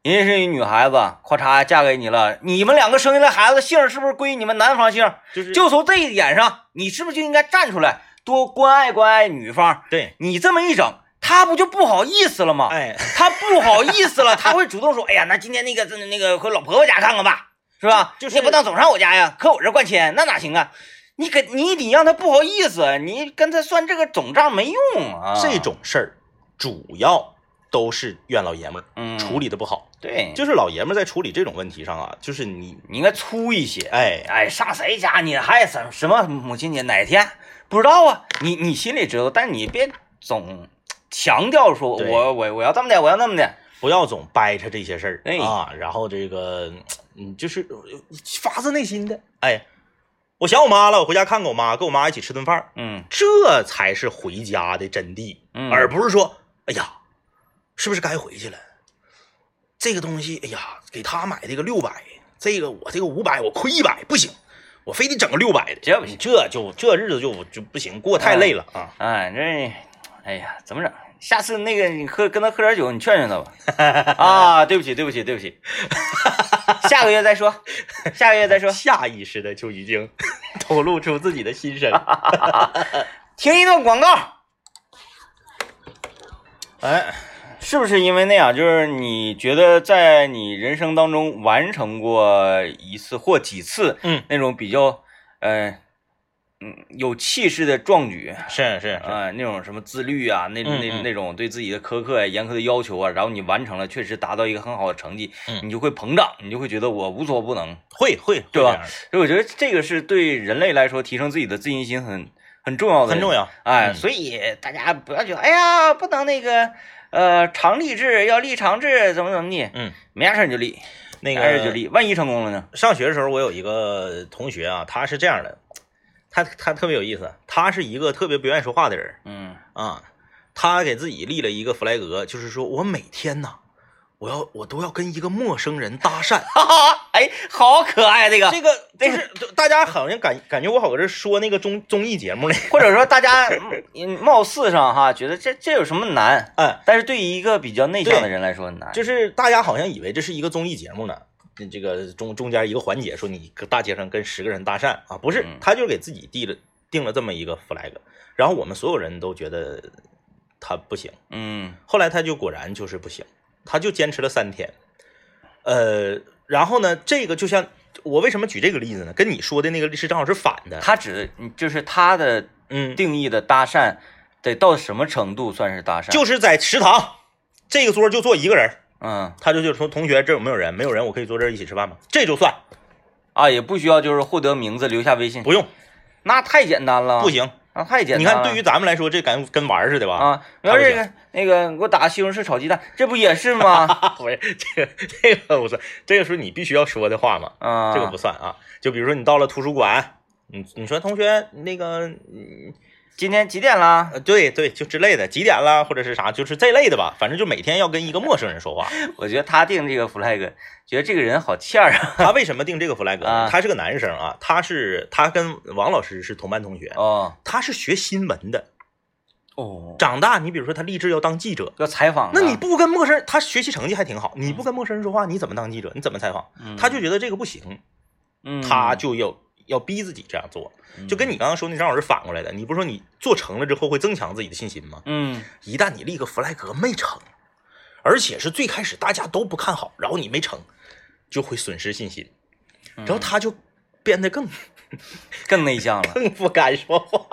A: 人家是一女孩子，咔嚓嫁给你了，你们两个生下来孩子姓是不是归你们男方姓？
B: 就是
A: 就从这一点上，你是不是就应该站出来多关爱关爱女方？
B: 对，
A: 你这么一整，他不就不好意思了吗？
B: 哎，
A: 他不好意思了，他会主动说，哎呀，那今天那个真的那个回老婆婆家看看吧，是吧？
B: 就是
A: 你也不能总上我家呀，可我这灌铅，那哪行啊？你给你得让他不好意思，你跟他算这个总账没用啊。
B: 这种事儿主要都是怨老爷们儿
A: 嗯
B: 处理的不好，
A: 对，
B: 就是老爷们儿在处理这种问题上啊，就是你
A: 你应该粗一些。
B: 哎
A: 哎，上谁家你还什什么母亲节哪天不知道啊？你你心里知道，但你别总强调说
B: 对
A: 我我我要这么的，我要那么的。
B: 不要总掰扯这些事儿、
A: 哎
B: 啊，然后这个嗯就是发自内心的哎，我想我妈了，我回家看看我妈，跟我妈一起吃顿饭儿，
A: 嗯
B: 这才是回家的真谛，
A: 嗯
B: 而不是说哎呀，是不是该回去了？这个东西，哎呀，给他买这个六百，这个我这个五百，我亏一百不行，我非得整个六百的，
A: 这不行
B: 这就这日子就就不行，过太累了啊！
A: 哎，这哎呀，怎么整？下次那个你喝跟他喝点酒，你劝劝他吧。啊，对不起，对不起，对不起，下个月再说，下个月再说。
B: 下意识的就已经 (laughs) 透露出自己的心声。
A: 听一段广告，
B: 哎，
A: 是不是因为那样？就是你觉得在你人生当中完成过一次或几次，
B: 嗯，
A: 那种比较，呃，嗯，有气势的壮举，
B: 是是是，
A: 啊、那种什么自律啊，那
B: 嗯
A: 那
B: 嗯
A: 那种对自己的苛刻呀、严苛的要求啊，然后你完成了，确实达到一个很好的成绩，
B: 嗯
A: 你就会膨胀，你就会觉得我无所不能。
B: 会会会
A: 对吧
B: 这样
A: 所以我觉得这个是对人类来说提升自己的自信心很很重要的，
B: 很重。要。
A: 哎，
B: 嗯
A: 所以大家不要觉得，哎呀，不能那个，呃，常立志，要立长志，怎么怎么地，
B: 嗯，
A: 没啥事儿你就立。
B: 那
A: 还是
B: 个
A: 举例，万一成功了呢？
B: 上学的时候，我有一个同学啊，他是这样的，他他特别有意思，他是一个特别不愿意说话的人
A: 嗯，
B: 啊，他给自己立了一个弗莱格，就是说我每天呐，我要我都要跟一个陌生人搭讪
A: 哈哈，哎，好可爱这个，
B: (laughs) 这个就是就大家好像感感觉我好像是说那个综综艺节目嘞，
A: 或者说大家 (laughs) 嗯貌似上哈觉得这这有什么难，
B: 嗯，
A: 但是对于一个比较内向的人来说很难。
B: 就是大家好像以为这是一个综艺节目呢。这这个中中间一个环节说你搁大街上跟十个人搭讪啊，不是
A: 嗯，
B: 他就给自己定了定了这么一个 flag，然后我们所有人都觉得他不行，
A: 嗯
B: 后来他就果然就是不行，他就坚持了三天，呃，然后呢，这个就像我为什么举这个例子呢？跟你说的那个例是正好是反的，
A: 他指嗯就是他的
B: 嗯，
A: 定义的搭讪得到什么程度算是搭讪？
B: 就是在食堂这个桌就坐一个人，
A: 嗯
B: 他就就说同学这有没有人？没有人，我可以坐这儿一起吃饭吗？这就算
A: 啊，也不需要就是获得名字留下微信，
B: 不用，
A: 那太简单了，
B: 不，行。
A: 那太简
B: 你
A: 单了。
B: 看，对于咱们来说，这敢跟玩儿似的吧？
A: 啊，然后这个那个给我打个西红柿炒鸡蛋，这不也是
B: (laughs)
A: 吗？
B: 啊，不是这个，这个不算，这个是你必须要说的话嘛，
A: 啊，
B: 这个不算啊。就比如说你到了图书馆，你你说同学那个，嗯
A: 今天几点啦？
B: 呃，对对，就之类的，几点了或者是啥，就是这类的吧。反正就每天要跟一个陌生人
A: (laughs)
B: 说话。
A: 我觉得他定这个 flag，觉得这个人好欠儿
B: (laughs)
A: 啊。
B: 他为什么定这个 flag？
A: 啊
B: 呢他是个男生啊，他是他跟王老师是同班同学，
A: 哦
B: 他是学新闻的。
A: 哦，
B: 长大，你比如说他立志要当记者，
A: 要采访啊，
B: 那你不跟陌生人，他学习成绩还挺好，你不跟陌生人说话，你怎么当记者？你怎么采访？
A: 嗯
B: 他就觉得这个不行，
A: 嗯
B: 他就要要逼自己这样做，就跟你刚刚说那正好是反过来的。你不是说你做成了之后会增强自己的信心吗？
A: 嗯
B: 一旦你立个 flag 没成，而且是最开始大家都不看好，然后你没成，就会损失信心，然后他就变得更
A: 更内向了。
B: 更不敢说 (laughs) 话，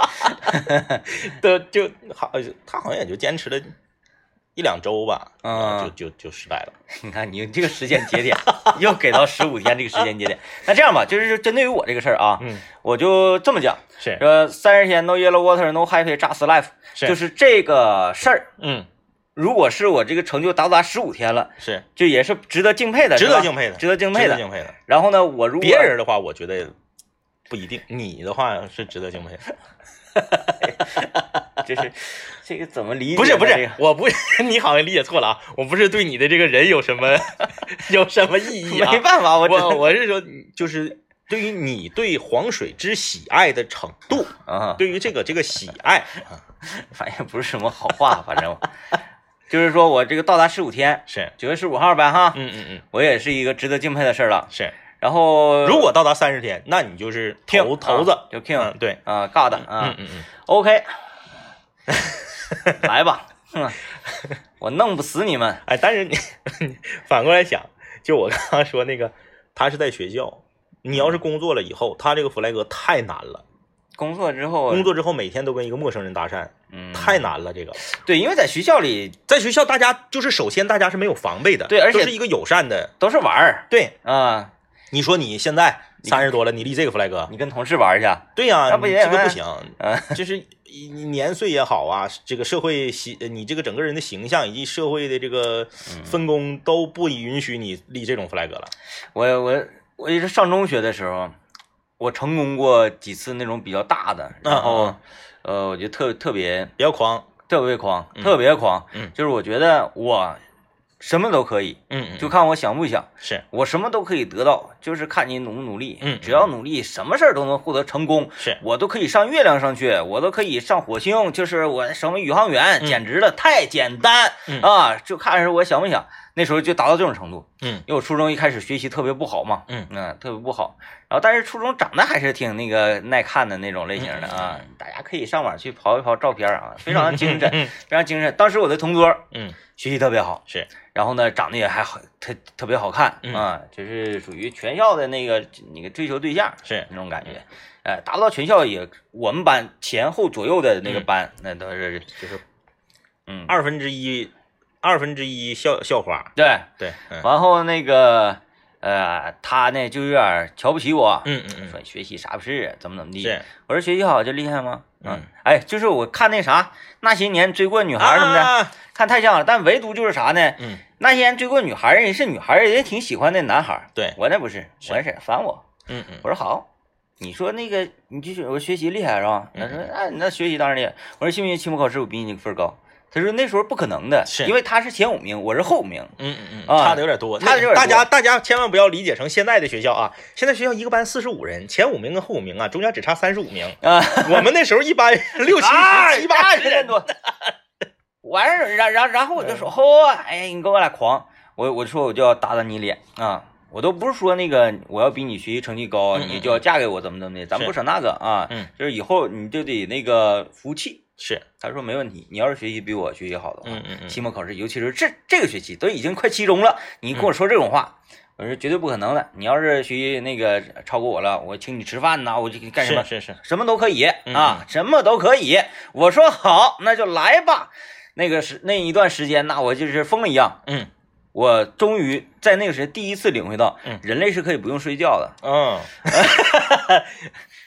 B: 的就好，他好像也就坚持了一两周吧，
A: 啊
B: 就就就失败了。
A: (laughs) 你看，你这个时间节点又给到十五天这个时间节点。那这样吧，就是针对于我这个事儿啊，
B: 嗯，
A: 我就这么讲，
B: 是，
A: 说三十天 no yellow water no happy 炸死 life，
B: 是
A: 就是这个事儿。
B: 嗯，
A: 如果是我这个成就达不达十五天了，
B: 是
A: 就也是值得敬佩的，
B: 值
A: 是吧
B: 得敬佩的，
A: 值得敬佩
B: 值
A: 的
B: 得。敬佩的。
A: 然后呢，我如果
B: 别人的话，我觉得不一定，你的话是值得敬佩的。
A: 这
B: (laughs)
A: 是这个怎么理解呢？
B: 不是不
A: 这
B: 是 (laughs)
A: 个，
B: 我不，你好像理解错了啊！我不是对你的这个人有什
A: (laughs)
B: 么有什么意义啊
A: 没？办法，我
B: 我
A: 真
B: 我是说，就是对于你对黄水之喜爱的程度，
A: 啊，
B: 对于这个这个喜爱，
A: 反正不是什么好话，反正我就是说我这个到达十五天，
B: 是，
A: 九月十五号呗哈，
B: 嗯嗯嗯，
A: 我也是一个值得敬佩的事儿了。
B: 是。
A: 然后
B: 如果到达三十天，那你就是头
A: king
B: 头子
A: 呃啊，就 king
B: 嗯，对，
A: 啊，god 啊
B: 嗯嗯嗯， (laughs)
A: ，OK，来吧，哼我弄不死你们。
B: 哎，但是你 (laughs) 反过来想，就我刚刚说那个，他是在学校，你要是
A: 嗯
B: 工作了以后，他这个弗莱格太难了。
A: 工作之后，
B: 工作之后每天都跟一个陌生人搭讪，
A: 嗯
B: 太难了。这个
A: 对，因为在学校里
B: 在学校，大家就是首先大家是没有防备的，
A: 对而且
B: 都是一个友善的。
A: 都是玩儿
B: 对，
A: 啊，
B: 你说你现在三十多了，你立这个 flag，
A: 你跟同事玩儿去，
B: 对呀、
A: 那
B: 你
A: 不也
B: 这个不行，
A: (laughs) 嗯
B: 就是你你年岁也好啊，这个社会形，你这个整个人的形象以及社会的这个
A: 嗯
B: 分工都不允许你立这种 flag 了。
A: 我我我一直上中学的时候，我成功过几次那种比较大的，
B: 嗯
A: 然后呃，我就特特别
B: 不要狂，
A: 特别狂，特别狂，
B: 嗯
A: 就是我觉得我什么都可以，
B: 嗯，
A: 就看我想不想，
B: 是
A: 我什么都可以得到，就是看你努不努力，
B: 嗯嗯
A: 只要努力，什么事儿都能获得成功。
B: 是，
A: 我都可以上月亮上去，我都可以上火星，就是我成为宇航员，
B: 嗯
A: 简直了，太简单、
B: 嗯
A: 啊！就看是我想不想，那时候就达到这种程度。
B: 嗯
A: 因为我初中一开始学习特别不好嘛，
B: 嗯
A: 特别不好。然后但是初中长得还是挺那个耐看的那种类型的
B: 嗯
A: 啊，大家可以上网去刨一刨照片啊，非常精神，
B: 嗯
A: 非常精神。当时我的同桌
B: 嗯，
A: 学习特别好，
B: 是
A: 然后呢长得也还好，特特别好看
B: 嗯
A: 啊，就是属于全校的那个那个追求对象
B: 是
A: 那种感觉。
B: 嗯
A: 呃，达不到全校也我们班前后左右的那
B: 嗯
A: 个班，那都是
B: 就是
A: 嗯
B: 二分之一，二分之一校校花，
A: 对。
B: 对，嗯
A: 然后那个呃，他呢就有点瞧不起我，
B: 嗯嗯嗯，
A: 说你学习啥不是，怎么怎么地。
B: 是
A: 我说学习好就厉害吗？
B: 嗯，
A: 哎，就是我看那啥那些年追过女孩什么的，
B: 啊
A: 看太像了，但唯独就是啥呢？
B: 嗯
A: 那些人追过女孩儿，人是女孩儿，人家挺喜欢那男孩儿。
B: 对
A: 我那不是，
B: 是
A: 我那是烦我。
B: 嗯嗯，
A: 我说好，你说那个你就是我学习厉害是吧？他
B: 嗯
A: 说哎那那学习当然厉害。我说信不信期末考试我比你那个分儿高？他说那时候不可能的，
B: 是
A: 因为他是前五名，我是后五名。
B: 嗯嗯嗯，
A: 啊
B: 差的有点多，
A: 差的有点多
B: 大家大家千万不要理解成现在的学校啊，现在学校一个班四十五人，前五名跟后五名啊，中间只差三十五 (laughs) 名。
A: 啊，
B: 我们那时候一 (laughs) 班六七十、七八
A: 十
B: 十
A: 人
B: 哎人，
A: 多。 (laughs) 完事儿，然然然后我就说，嚯、哎，你跟我俩狂，我我就说我就要打打你脸啊！我都不是说那个我要比你学习成绩高，
B: 嗯嗯
A: 你就要嫁给我怎么怎么的，咱们不扯那个啊，
B: 嗯
A: 就是以后你就得那个服气。
B: 是，
A: 他说没问题，你要是学习比我学习好的话，
B: 嗯嗯嗯，
A: 期末考试，尤其是这这个学期都已经快期中了，你
B: 嗯
A: 跟我说这种话，我说绝对不可能的。你要是学习那个超过我了，我请你吃饭呐，我就给你干什么
B: 是是是，
A: 什么都可以
B: 嗯
A: 啊，什么都可以。我说好，那就来吧。那个时那一段时间，那我就是疯了一样。
B: 嗯
A: 我终于在那个时间第一次领会到
B: 嗯，
A: 人类是可以不用睡觉的。
B: 嗯，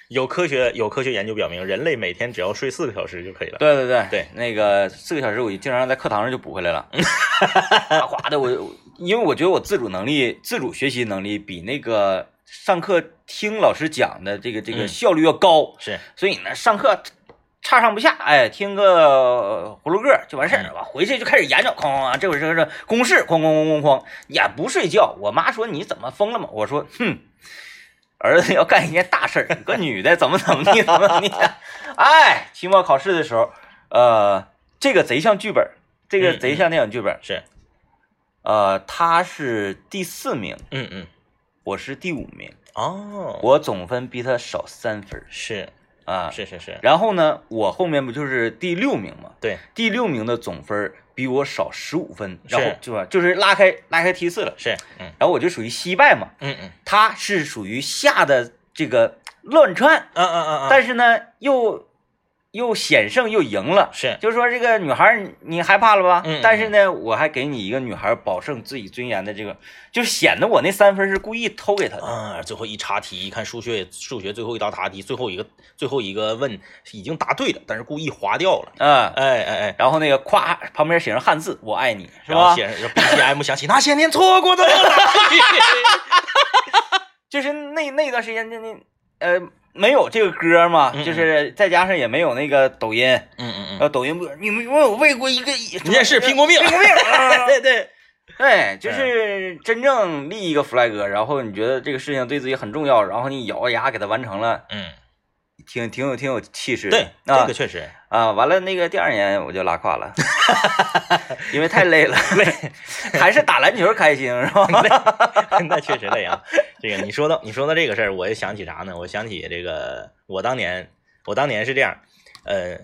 B: 有科学有科学研究表明，人类每天只要睡四个小时就可以了。
A: 对对对
B: 对，嗯
A: 那个四个小时，我就经常在课堂上就补回来了， (laughs) 哗的我，我因为我觉得我自主能力、自主学习能力比那个上课听老师讲的这个这个
B: 嗯
A: 效率要高，
B: 是，
A: 所以呢，上课差上不下，哎，听个呃葫芦个儿就完事
B: 嗯
A: 儿了，吧？回去就开始研究，哐哐哐，这会儿这这公式，哐哐哐哐哐，也不睡觉。我妈说你怎么疯了嘛？我说哼。儿子要干一件大事儿，个女的怎么怎么地，怎么怎么地，哎，期末考试的时候，呃，这个贼像剧本儿，这个
B: 嗯
A: 贼像电影剧本儿，
B: 是
A: 呃，他是第四名，
B: 嗯嗯，
A: 我是第五名，
B: 哦，
A: 我总分比他少三分儿
B: 是
A: 啊，
B: 是是是，
A: 然后呢，我后面不就是第六名吗？
B: 对，
A: 第六名的总分儿比我少十五分，
B: 是
A: 然后就吧，就是拉开拉开梯次了。
B: 是，嗯
A: 然后我就属于惜败嘛，
B: 嗯嗯
A: 他是属于下的这个乱窜，
B: 嗯嗯嗯嗯，
A: 但是呢又又险胜又赢了。
B: 是
A: 就是说这个女孩儿你你害怕了吧？
B: 嗯嗯
A: 但是呢，我还给你一个女孩儿保证自己尊严的这个，就显得我那三分是故意偷给她的。
B: 啊，最后一查题，一看数学数学最后一道答题，最后一个最后一个问已经答对了，但是故意划掉了。
A: 嗯，
B: 哎哎哎，
A: 然后那个夸旁边写上汉字“我爱你”是
B: 然后
A: 吧？
B: 写上 BGM 响起，那些年错过的了。
A: (laughs) 就是那那段时间，那那呃没有这个歌嘛，
B: 嗯嗯
A: 就是再加上也没有那个抖音，
B: 嗯嗯嗯，
A: 呃，抖音不，你们有没有为过一个？
B: 你也是苹果命，
A: 苹果命啊
B: (laughs) 对对，
A: 对，就是真正立一个 flag，然后你觉得这个事情对自己很重要，然后你咬着牙给它完成了，
B: 嗯，
A: 挺挺有挺有气势的。
B: 对，这
A: 啊
B: 个确实 (laughs)
A: 啊，完了那个第二年我就拉胯了，因为太
B: (laughs)
A: 累了，累，还是打篮球开心是吧？
B: 那确实累啊。这个你说到你说到这个事儿，我又想起啥呢？我想起这个，我当年我当年是这样，呃，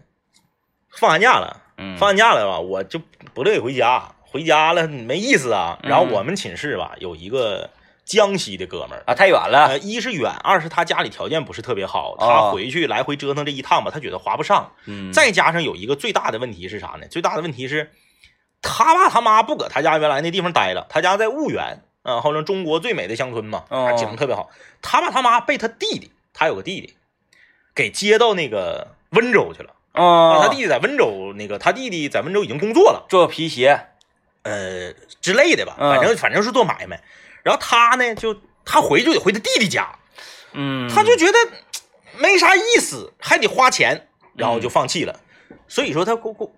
B: 放寒假了，
A: 嗯，
B: 放寒假了吧，我就不乐意回家，回家了没意思啊。然后
A: 嗯
B: 我们寝室吧有一个江西的哥们儿。
A: 啊太远了，
B: 呃，一是远，二是他家里条件不是特别好，
A: 哦
B: 他回去来回折腾这一趟吧，他觉得划不上。
A: 嗯，
B: 再加上有一个最大的问题是啥呢？最大的问题是，他爸他妈不搁他家原来那地方待了，他家在婺源，啊、号称中国最美的乡村嘛，
A: 哦
B: 啊景特别好。他爸他妈被他弟弟，他有个弟弟，给接到那个温州去了。
A: 哦，
B: 他弟弟在温州，那个他弟弟在温州已经工作了，
A: 做皮鞋，
B: 呃之类的吧，
A: 嗯
B: 反正反正是做买卖。然后他呢，就他回就得回他弟弟家，
A: 嗯，
B: 他就觉得没啥意思，还得花钱，然后就放弃了。所以说他过过，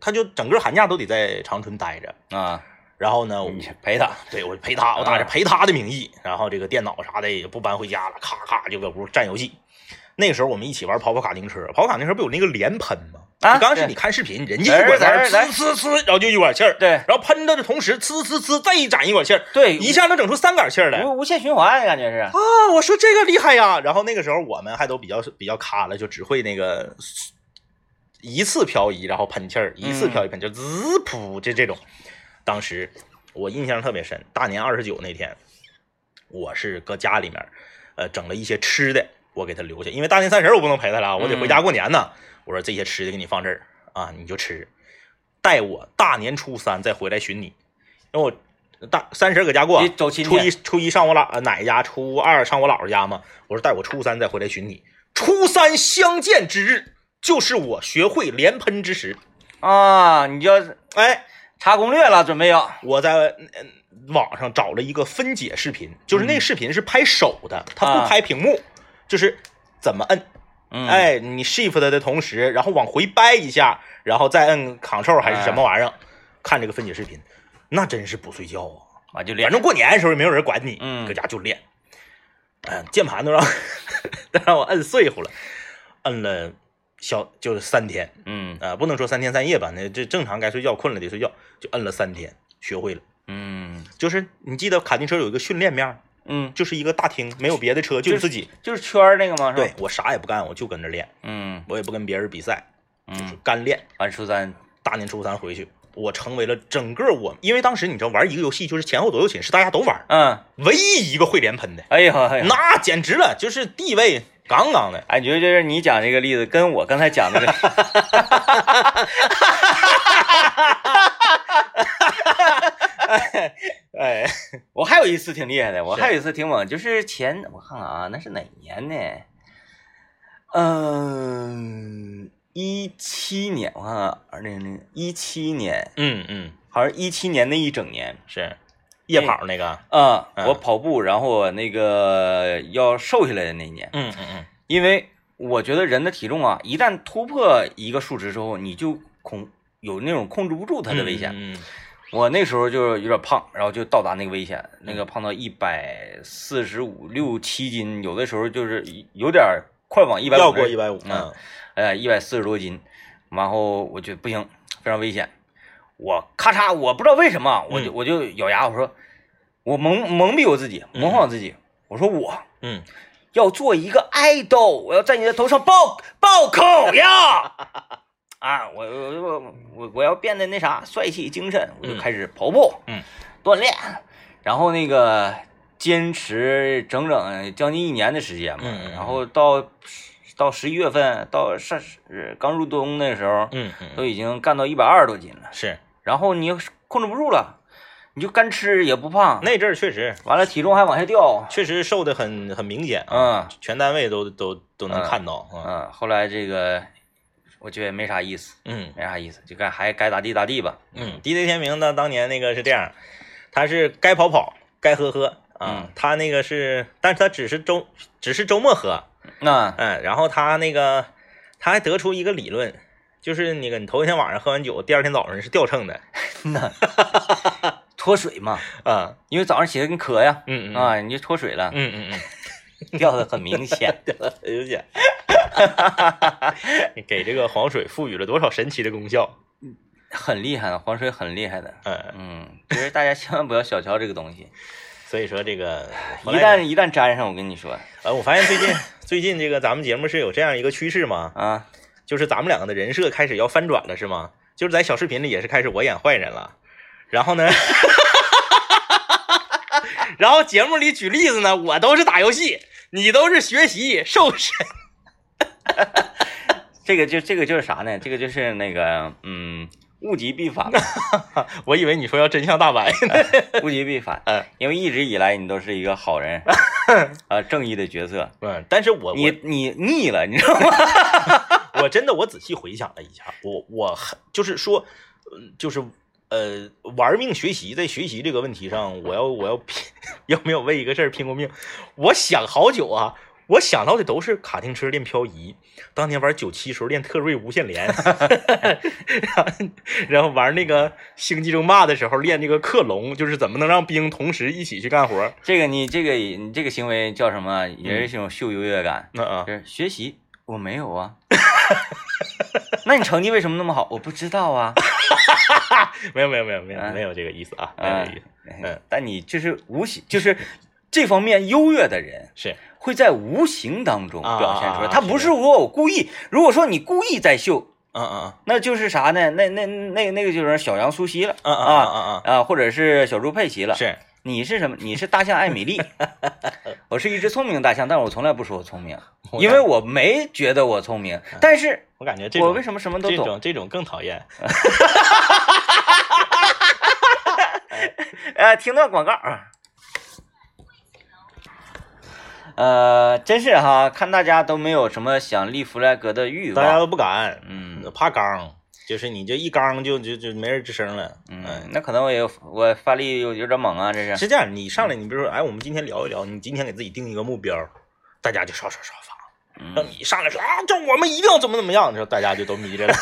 B: 他就整个寒假都得在长春待着。
A: 啊，
B: 然后呢，我
A: 你陪他，
B: 对我陪他，我打着
A: 嗯
B: 陪他的名义，然后这个电脑啥的也不搬回家了，咔咔就搁屋占游戏。那个时候我们一起玩跑跑卡丁车，跑跑卡丁车不有那个连喷吗？
A: 啊
B: 就刚开始
A: 对
B: 你看视频，人家一管气
A: 来
B: 儿，
A: 来来
B: 呲呲呲，然后就一管气儿，
A: 对
B: 然后喷的的同时，呲呲呲，再一展一管气儿，
A: 对，
B: 一下能整出三杆气儿来。
A: 无无限循环，感觉是。
B: 啊，我说这个厉害呀！然后那个时候我们还都比较比较卡了，就只会那个一次漂移，然后喷气儿，一次漂移喷气儿，滋噗，这这种。当时我印象特别深，大年二十九那天，我是搁家里面，呃，整了一些吃的，我给他留下，因为大年三十儿我不能陪他了，我得回家过年呢。我说这些吃的给你放这儿啊，你就吃，待我大年初三再回来寻你，因为我大三十儿搁家过
A: 你，走亲戚
B: 初一初一上我姥呃奶家，初二上我姥姥家嘛。我说待我初三再回来寻你，初三相见之日就是我学会连喷之时。
A: 啊，你就要
B: 哎，
A: 查攻略了，准备要
B: 我在呃网上找了一个分解视频，就是那个视频是拍手的，
A: 嗯
B: 它
A: 啊
B: 不拍屏幕，就是怎么摁。
A: 嗯
B: 哎，你 shift 的同时，然后往回掰一下，然后再摁 Ctrl 还是什么玩意儿，
A: 哎
B: 看这个分解视频，那真是不睡觉啊！
A: 我就
B: 反
A: 练。
B: 正过年的时候也没有人管你，
A: 嗯
B: 搁家就练。哎、键盘都让 (laughs) 都让我摁碎乎了，摁了小就是三天
A: 嗯
B: 啊、不能说三天三夜吧，那这正常该睡觉困了得睡觉，就摁了三天，学会了。
A: 嗯
B: 就是你记得卡丁车有一个训练面儿，
A: 嗯，
B: 就是一个大厅，没有别的车，就是自己。
A: 就是圈儿那个嘛，是吧？
B: 对，我啥也不干，我就跟着练，
A: 嗯
B: 我也不跟别人比赛，就是
A: 嗯，
B: 干练。
A: 完初三，
B: 大年初三回去，我成为了整个我，因为当时你知道玩一个游戏就是前后左右寝是大家都玩儿，
A: 嗯，
B: 唯一一个会连喷的，
A: 哎呦哎呦，
B: 那简直了，就是地位杠杠的。
A: 哎，你觉得就是你讲这个例子，跟我刚才讲的这个，
B: 哎，
A: 我还有一次挺厉害的，我
B: 是
A: 还有一次挺猛，就是前我看看啊，那是哪年呢？嗯、一七年，我看看，二零零一七年，
B: 嗯嗯，
A: 好像一七年那一整年，
B: 是夜跑那个，
A: 啊、
B: 嗯
A: 我跑步，然后我那个要瘦下来的那一年，
B: 嗯嗯嗯，
A: 因为我觉得人的体重啊，一旦突破一个数值之后，你就控有那种控制不住它的危险。
B: 嗯，嗯
A: 我那时候就是有点胖，然后就到达那个危险，那
B: 嗯
A: 个胖到一百四十五六七斤，有的时候就是有点儿快往一
B: 嗯
A: 百
B: 要过一百五，
A: 嗯，呃，一百四十多斤，然后我觉得不行，非常危险，我咔嚓，我不知道为什么，啊
B: 嗯
A: 我就、我就咬牙，我说我蒙蒙蔽我自己，模仿我自己，我说我
B: 嗯，
A: 要做一个爱豆，我要在你的头上爆爆口
B: (laughs)
A: 呀！啊，我我我我我要变得那啥帅气精神，我就开始跑步，
B: 嗯，
A: 锻炼，然后那个坚持整整将近一年的时间嘛，
B: 嗯嗯嗯
A: 然后到到十一月份，到上呃刚入冬那时候，
B: 嗯嗯嗯，
A: 都已经干到一百二十多斤了，
B: 是
A: 然后你又控制不住了，你就干吃也不胖，
B: 那阵儿确实
A: 完了体重还往下掉，
B: 确实瘦的很很明显啊，
A: 嗯。
B: 全单位都都都能
A: 嗯
B: 看到啊，
A: 嗯，后来这个我觉得没啥意思，
B: 嗯
A: 没啥意思，就该还该咋地咋地吧。
B: 嗯，DJ 天明呢，当年那个是这样，他是该跑跑，该喝喝啊，
A: 嗯
B: 他那个是，但是他只是周只是周末喝，
A: 那
B: 嗯，然后他那个他还得出一个理论，就是那个你头一天晚上喝完酒，第二天早上是掉秤的
A: 脱水嘛，
B: 啊，
A: 因为早上起来跟渴呀，
B: 嗯嗯
A: 啊，你就脱水
B: (laughs)
A: 了，
B: 嗯嗯嗯，
A: 掉的很明显。
B: 有点，你 (laughs) 给这个黄水赋予了多少神奇的功效？
A: 很厉害的，黄水很厉害的。
B: 嗯，
A: 嗯，其实大家千万不要小瞧这个东西，
B: 所以说这个
A: 一旦一旦沾上，我跟你说
B: 呃，我发现最近最近这个咱们节目是有这样一个趋势嘛，
A: 啊，
B: 就是咱们两个的人设开始要翻转了，是吗？就是在小视频里也是开始我演坏人了，然后呢， (laughs) 然后节目里举例子呢，我都是打游戏，你都是学习瘦身。
A: 这个就这个就是啥呢？这个就是那个嗯，物极必
B: (laughs)
A: 反，
B: (laughs) 我以为你说要真相大白呢。
A: 物极必反
B: 嗯。
A: 因为一直以来你都是一个好
B: (laughs)
A: 人，啊，正义的角色。
B: 嗯，但是我
A: 你你腻了，你知道吗？
B: 我我真的我仔细回想了一下，我我很就是说，嗯就是呃，玩命学习，在学习这个问题上，我要我要拼， (laughs) 要没有为一个事儿拼过命？我想好久啊。我想到的都是卡丁车练漂移，当年玩九七时候练特瑞无限连，然后然后玩那个星际争霸的时候练这个克隆，就是怎么能让兵同时一起去干活儿。
A: 这个你这个你这个行为叫什么？
B: 嗯
A: 也是一种秀优越感。
B: 那啊
A: 就，是学习我没有
B: (laughs)
A: 啊，那你成绩为什么那么好？我不知道啊。
B: 没有没有没有没有
A: 嗯
B: 没有这个意思啊，没有
A: 啊
B: 这个意思，嗯
A: 但你就是无形，就是这方面优越的人
B: 是
A: 会在无形当中
B: 啊
A: 表现出
B: 啊
A: 来。
B: 啊
A: 他不是说我故意，如果说你故意在秀，
B: 嗯嗯
A: 那就是啥呢？那那那那个就是小羊苏西了
B: 嗯嗯
A: 啊
B: 嗯嗯
A: 啊，或者是小猪佩奇了
B: 嗯，。是
A: 你是什么？你是大象艾米丽， (laughs) 我是一只聪明的大象，但是我从来不说我聪明，因为我嗯没觉得我聪明，但是
B: 我感觉这种
A: 我为什么什么都
B: 这
A: 懂？
B: 种这种更讨厌，
A: 呃，听段广告啊。呃，真是哈，看大家都没有什么想立 flag 的欲
B: 大家
A: 望，
B: 都不敢，
A: 嗯，
B: 怕刚，就是你这一刚就就就没人吱声了。哎
A: 嗯，那可能我也我发力有有点猛啊，这是。
B: 是这样，你上来，你比如说，哎，我们今天聊一聊，你今天给自己定一个目标，大家就刷刷刷发。让
A: 嗯
B: 你上来说啊，这我们一定要怎么怎么样，你说大家就都迷
A: (laughs)
B: 着了，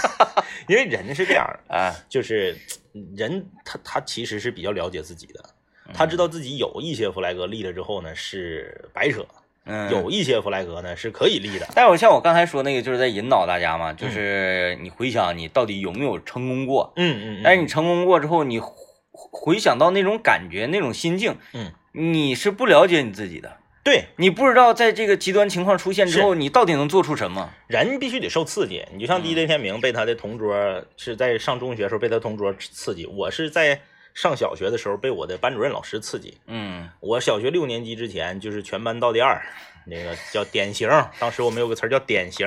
B: 因为人是这样，
A: 啊，
B: 就是嗯人他他其实是比较了解自己的，
A: 嗯
B: 他知道自己有一些弗莱格立了之后呢是白扯，
A: 嗯，哎
B: 有一些弗莱格呢是可以立的，
A: 但是我像我刚才说那个，就是在引导大家嘛，就是你回想你到底有没有成功过，
B: 嗯嗯，
A: 但是你成功过之后，你回回想到那种感觉、那种心境，
B: 嗯，
A: 你是不了解你自己的，
B: 对，
A: 你不知道在这个极端情况出现之后，你到底能做出什么。
B: 人必须得受刺激，你就像 DJ 天明被他的同桌是在上中学时候被他同桌刺激，我是在上小学的时候被我的班主任老师刺激，
A: 嗯
B: 我小学六年级之前就是全班倒第二，那个叫典型。当时我们有个词儿叫典型，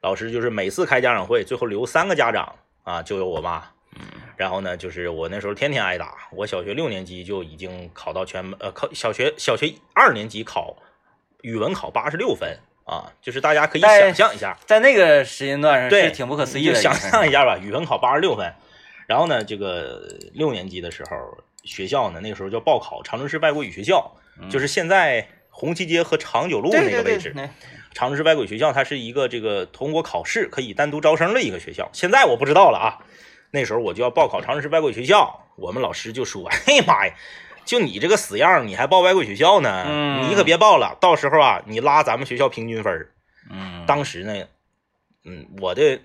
B: 老师就是每次开家长会，最后留三个家长啊，就有我妈。然后呢，就是我那时候天天挨打。我小学六年级就已经考到全呃考小学小学二年级考语文考八十六分啊，就是大家可以
A: 但
B: 想象一下，
A: 在那个时间段上
B: 对
A: 是挺不可思
B: 你
A: 议
B: 就
A: 的一个
B: 想
A: 事儿。
B: 象一下吧，语文考八十六分，然后呢，这个呃六年级的时候，学校呢那个时候叫报考长春市外国语学校，就是现在红旗街和长久路
A: 嗯对
B: 那
A: 对
B: 个位
A: 对
B: 置。
A: 对，
B: 长春市外国语学校它是一个这个通过考试可以单独招生的一个学校，现在我不知道了啊。那时候我就要报考长春市外国语学校，我们老师就说：“ (laughs) 哎呀妈呀！”就你这个死样儿，你还报外国语学校呢？
A: 嗯
B: 你可别报了，到时候啊，你拉咱们学校平均分儿。
A: 嗯，
B: 当时呢，嗯，我的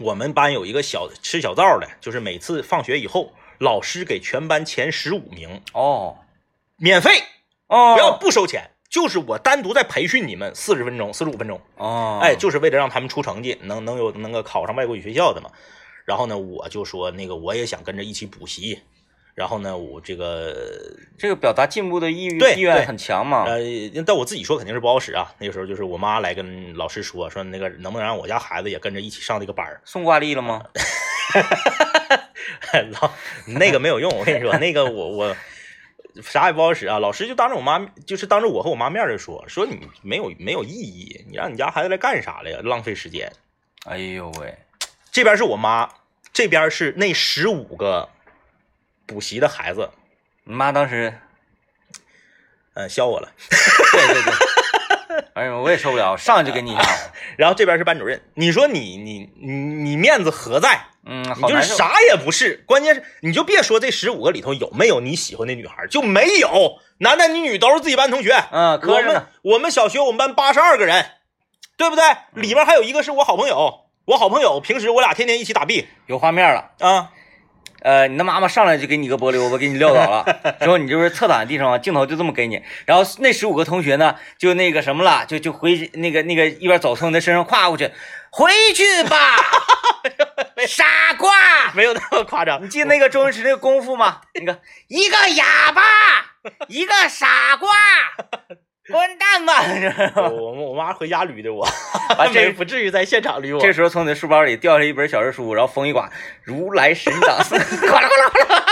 B: 我们班有一个小吃小灶的，就是每次放学以后，老师给全班前十五名
A: 哦
B: 免费，
A: 哦，
B: 不要不收钱，就是我单独在培训你们四十分钟、四十五分钟，
A: 哦，
B: 哎，就是为了让他们出成绩，能能有能够考上外国语学校的嘛。然后呢，我就说那个我也想跟着一起补习，然后呢，我这个
A: 这个表达进步的意欲
B: 对
A: 意愿
B: 对
A: 很强嘛。
B: 呃，但我自己说肯定是不好使啊。那个时候就是我妈来跟老师说，说那个能不能让我家孩子也跟着一起上这个班儿。
A: 送挂历了吗？
B: (laughs) 老那个没有用，我跟你说，那个我我啥也不好使啊。老师就当着我妈，就是当着我和我妈面儿就说，说你没有没有意义，你让你家孩子来干啥来呀？浪费时间。
A: 哎呦喂，
B: 这边是我妈，这边是那十五个补习的孩子，
A: 你妈当时，
B: 嗯，笑我了。
A: 对对 (laughs) 对，哎呦，我也受不了，上去给你一下， (laughs)
B: 然后这边是班主任，你说你你你你面子何在？
A: 嗯，
B: 你
A: 好
B: 就是
A: 难受。
B: 啥也不是，关键是你就别说这十五个里头有没有你喜欢的女孩，就没有，男男女女都是自己班同学。
A: 嗯，
B: 我
A: 磕着
B: 们
A: 呢。
B: 我们小学我们班八十二个人，对不对？里面还有一个是我好朋友，我好朋友平时我俩天天一起打 B
A: 有画面了。
B: 啊，
A: 呃，你的妈妈上来就给你一个玻璃，我给你撂倒了，之后你就是侧躺在地上，镜头就这么给你。然后那十五个同学呢，就那个什么了，就就回那个那个一边走从你的身上跨过去，回去吧，傻瓜！
B: 没有那么夸张
A: 你。记得那个周星驰那个功夫吗？那个一个哑巴，一个傻瓜，滚蛋吧！
B: (laughs) 我我我妈回家捋的我，
A: 啊这
B: 没不至于在现场捋我。
A: 这时候从你的书包里掉下一本小人书，然后风一刮，如来神掌，哗啦哗啦哗啦，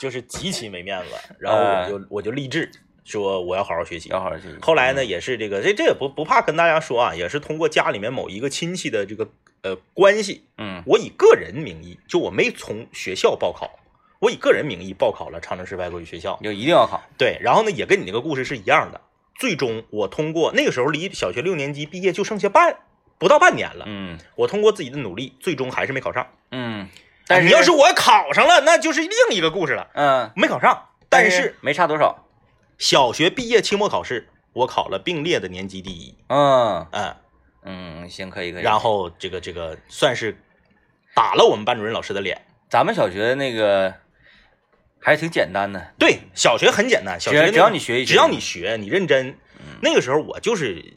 B: 就是极其没面子，然后我就我就励志说我要好好学习。
A: 要好好学习。
B: 后来呢，也是这个这这也不不怕跟大家说啊，也是通过家里面某一个亲戚的这个呃关系，
A: 嗯，
B: 我以个人名义，就我没从学校报考，我以个人名义报考了长春市外国语学校
A: 你。就一定要考。
B: 对，然后呢，也跟你那个故事是一样的。最终我通过那个时候离小学六年级毕业就剩下半不到半年了，
A: 嗯
B: 我通过自己的努力，最终还是没考上。
A: 嗯，但是
B: 你要是我考上了，那就是另一个故事了。
A: 嗯，
B: 没考上，
A: 但
B: 但是
A: 没差多少。
B: 小学毕业期末考试，我考了并列的年级第一，
A: 嗯
B: 嗯，
A: 嗯，行，可以可以。
B: 然后这个这个算是打了我们班主任老师的脸。
A: 咱们小学那个还是挺简单的，
B: 对，小学很简单，小
A: 只
B: 学
A: 要
B: 嗯那
A: 只要你学一学，
B: 只要你学，你认真。那个时候我就是，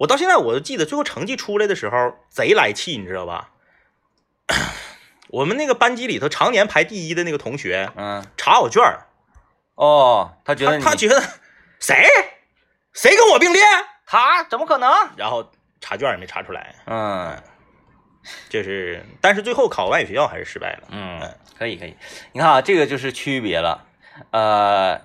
B: 我到现在我都记得，最后成绩出来的时候贼来气，你知道吧？我们那个班级里头常年排第一的那个同学
A: 嗯
B: 查我卷儿，
A: 哦，他觉得
B: 他
A: 你
B: 他觉得谁谁跟我并列，
A: 他怎么可能？
B: 然后查卷儿也没查出来，
A: 嗯
B: 就是，但是最后考外语学校还是失败了。
A: 嗯，可以可以。你看啊，这个就是区别了。呃，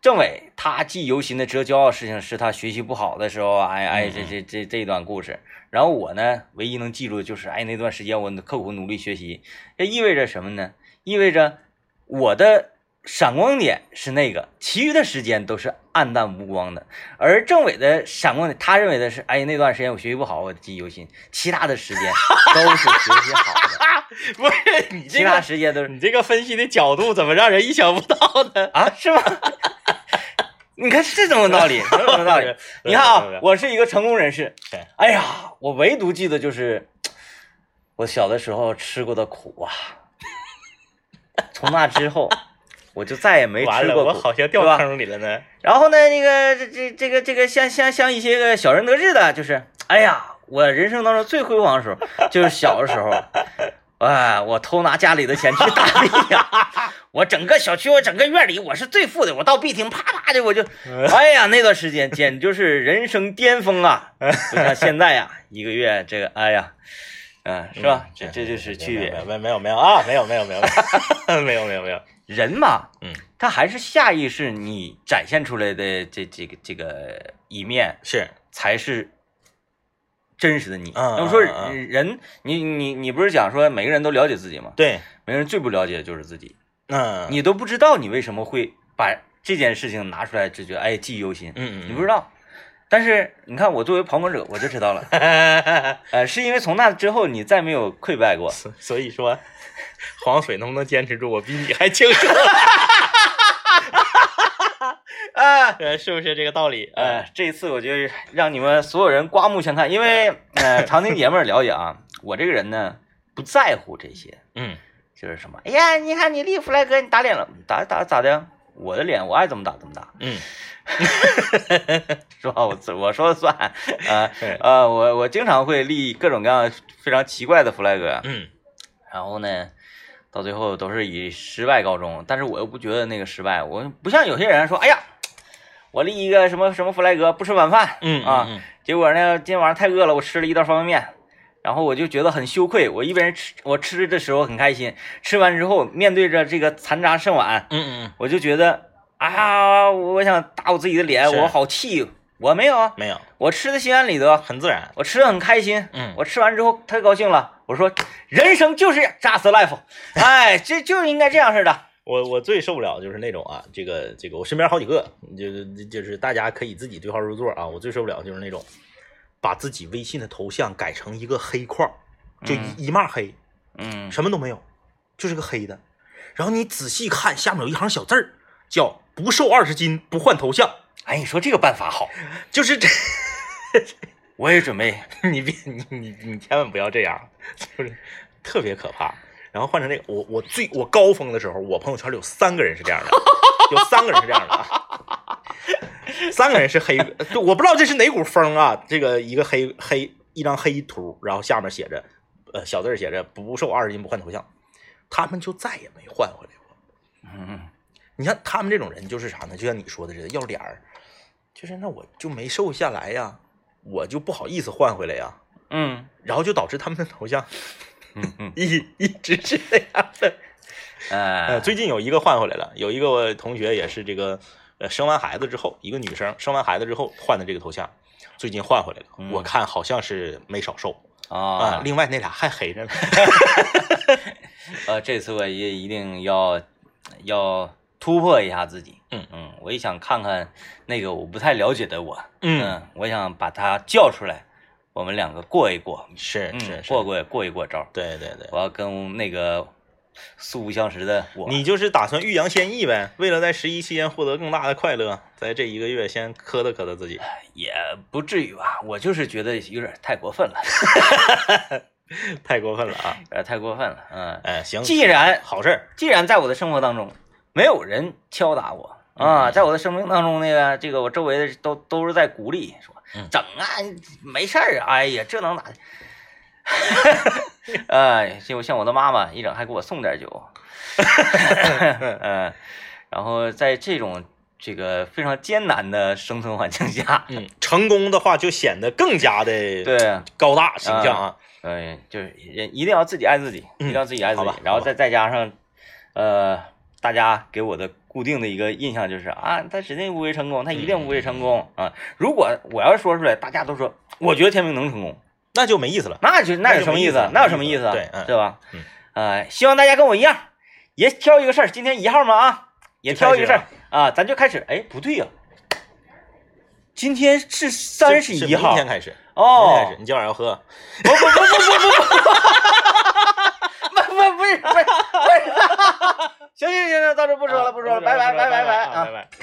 A: 政委他记忆犹新的、值得骄傲的事情是他学习不好的时候，哎哎，这这这这一段故事。然后我呢，唯一能记住的就是，哎，那段时间我刻苦努力学习，这意味着什么呢？意味着我的闪光点是那个，其余的时间都是暗淡无光的。而政委的闪光点，他认为的是，哎，那段时间我学习不好，我记忆犹新；其他的时间都是学习好的，
B: 不是你
A: 其
B: 这
A: 他
B: 个
A: 时间都是
B: 你这个分析的角度怎么让人意想不到呢？
A: 啊，是吗？ (laughs) 你看是这么个道
B: (laughs)
A: 理，是这么个道理。你看啊，我是一个成功人士
B: 对。
A: 哎呀，我唯独记得就是我小的时候吃过的苦啊。从那之后，我就再也没
B: 完
A: 吃
B: 了，
A: 过苦，
B: 我好像
A: 是吧
B: 掉坑里了呢。
A: 然后呢，那个这这这个这个像像像一些个小人得志的，就是哎呀，我人生当中最辉煌的时候就是小的时候，哎，我偷拿家里的钱去打币呀、我整个小区我整个院里我是最富的，我到 B 厅啪啪的我就，哎呀，那段时间简直就是人生巅峰啊！不像现在呀、一个月这个哎呀，嗯、是吧？这这就是区别。
B: 没没有没有啊，没有没有没有 (laughs) 没有没有没有，
A: 人嘛，
B: 嗯，
A: 他还是下意识你展现出来的这这个这个一面。
B: 是
A: 才是真实的你。
B: 嗯
A: 要不说
B: 嗯嗯嗯
A: 人，你你你不是讲说每个人都了解自己吗？
B: 对，
A: 每个人最不了解的就是自己，
B: 嗯，
A: 你都不知道你为什么会把这件事情拿出来就觉得哎记忆犹新，
B: 嗯嗯，，
A: 你不知道。但是你看，我作为旁观者，我就知道了 (laughs)
B: (laughs) 道，
A: 呃，是因为从那之后你再没有溃败过。
B: 嗯所所以 (laughs) 说，黄水能不能坚持住，我比你还清 (laughs) 楚，
A: 啊，
B: 呃是不是这个道理？
A: 呃，这一次我就让你们所有人刮目相看，因为呃， (laughs) 常听爷们儿了解啊，我这个人呢不在乎这些，
B: 嗯
A: 就是什么，哎呀，你看你立弗莱格，你打脸了，打打咋的？我的脸我爱怎么打怎么打，
B: 嗯
A: 是吧？我自我说了算，啊、
B: 对
A: 呃，我我经常会立各种各样非常奇怪的弗莱格，
B: 嗯
A: 然后呢，到最后都是以失败告终。但是我又不觉得那个失败，我不像有些人说，哎呀，我立一个什么什么弗莱格，不吃晚饭，
B: 嗯
A: 啊，，结果呢，今天晚上太饿了，我吃了一袋方便面，然后我就觉得很羞愧。我一边吃，我吃的时候很开心，吃完之后面对着这个残渣剩碗，
B: 嗯嗯，
A: 我就觉得啊，我想打我自己的脸，
B: 是
A: 我好气。我没有啊，
B: 没有，
A: 我吃的心安理得，
B: 很自然，
A: 我吃的很开心。
B: 嗯
A: 我吃完之后太高兴了，我说人生就是 just life，哎，这就应该这样似的。
B: 我我最受不了就是那种啊，这个这个，我身边好几个，就是就是大家可以自己对号入座啊。我最受不了就是那种，把自己微信的头像改成一个黑框，就一、
A: 嗯
B: 一骂黑，
A: 嗯
B: 什么都没有，就是个黑的。然后你仔细看下面有一行小字儿，叫“不售二十斤，不换头像
A: 哎，你说这个办法好，”，
B: 就是这，
A: 我也准备。
B: (laughs) 你别你你你千万不要这样，就是特别可怕。然后换成这个，我我最我高峰的时候，我朋友圈里有三个人是这样的，有三个人是这样的啊，三个人是黑，就我不知道这是哪股风啊，这个一个黑黑一张黑图，然后下面写着呃小字儿写着不售二十斤不换头像，他们就再也没换回来过。
A: 嗯，
B: 你看他们这种人就是啥呢？就像你说的似的，要脸儿，就是那我就没瘦下来呀，我就不好意思换回来呀，
A: 嗯
B: 然后就导致他们的头像 (laughs)
A: 嗯嗯，
B: 一一直是那样的。
A: (laughs) 哎
B: 呃，，最近有一个换回来了，有一个我同学也是这个，呃，生完孩子之后，一个女生生完孩子之后换的这个头像，最近换回来了，
A: 嗯
B: 我看好像是没少瘦啊、
A: 啊，
B: 另外那俩还
A: (laughs)
B: 黑着呢，
A: 呃，这次我也一定要要突破一下自己。
B: 嗯
A: 嗯，我也想看看那个我不太了解的我。
B: 嗯，
A: 我想把他叫出来，我们两个过一过，
B: 是
A: 嗯，
B: 是是，
A: 过过过一过招。
B: 对对对。
A: 我要跟那个素不相识的我，
B: 你就是打算欲扬先抑呗，为了在十一期间获得更大的快乐，在这一个月先磕碜磕碜自
A: (laughs)
B: 己。
A: 也不至于吧？我就是觉得有点太过分了，
B: 太过分了啊！
A: 有点太过分了。嗯，(laughs)
B: 哎，行，
A: 既然
B: 好事儿，
A: 既然在我的生活当中没有人敲打我啊，
B: 嗯
A: 在我的生命当中，那个这个我周围的都都是在鼓励说
B: 嗯
A: 整啊，没事儿啊，哎呀，这能咋的？ (laughs) 哎，就像我的妈妈一整还给我送点酒， (laughs) 嗯，然后在这种这个非常艰难的生存环境下，
B: 嗯，成功的话就显得更加的
A: 对，
B: 高大形象啊。
A: 嗯，就是人一定要自己爱自己，一定要自己爱自己
B: 嗯好吧，
A: 然后
B: 好吧
A: 再再加上，呃，大家给我的固定的一个印象就是啊，他指定无为成功，他一定无为成功
B: 嗯
A: 啊。如果我要说出来，大家都说我觉得天明能成功，
B: 那就没意思了。
A: 那就那有什么意思？啊那有什么意思？
B: 对嗯
A: 对吧？
B: 嗯，
A: 呃，希望大家跟我一样，也挑一个事儿，今天一号嘛啊，也挑一个事儿啊，咱就开始。哎，不对呀、今天是三十
B: 是
A: 一号
B: 明天开始，明天开
A: 哦
B: 始，，你今晚要喝
A: 不不不不不不不 (laughs) 不不不是不是不是，行行行行，到这不说了不说了，拜拜拜拜拜啊。
B: 拜拜。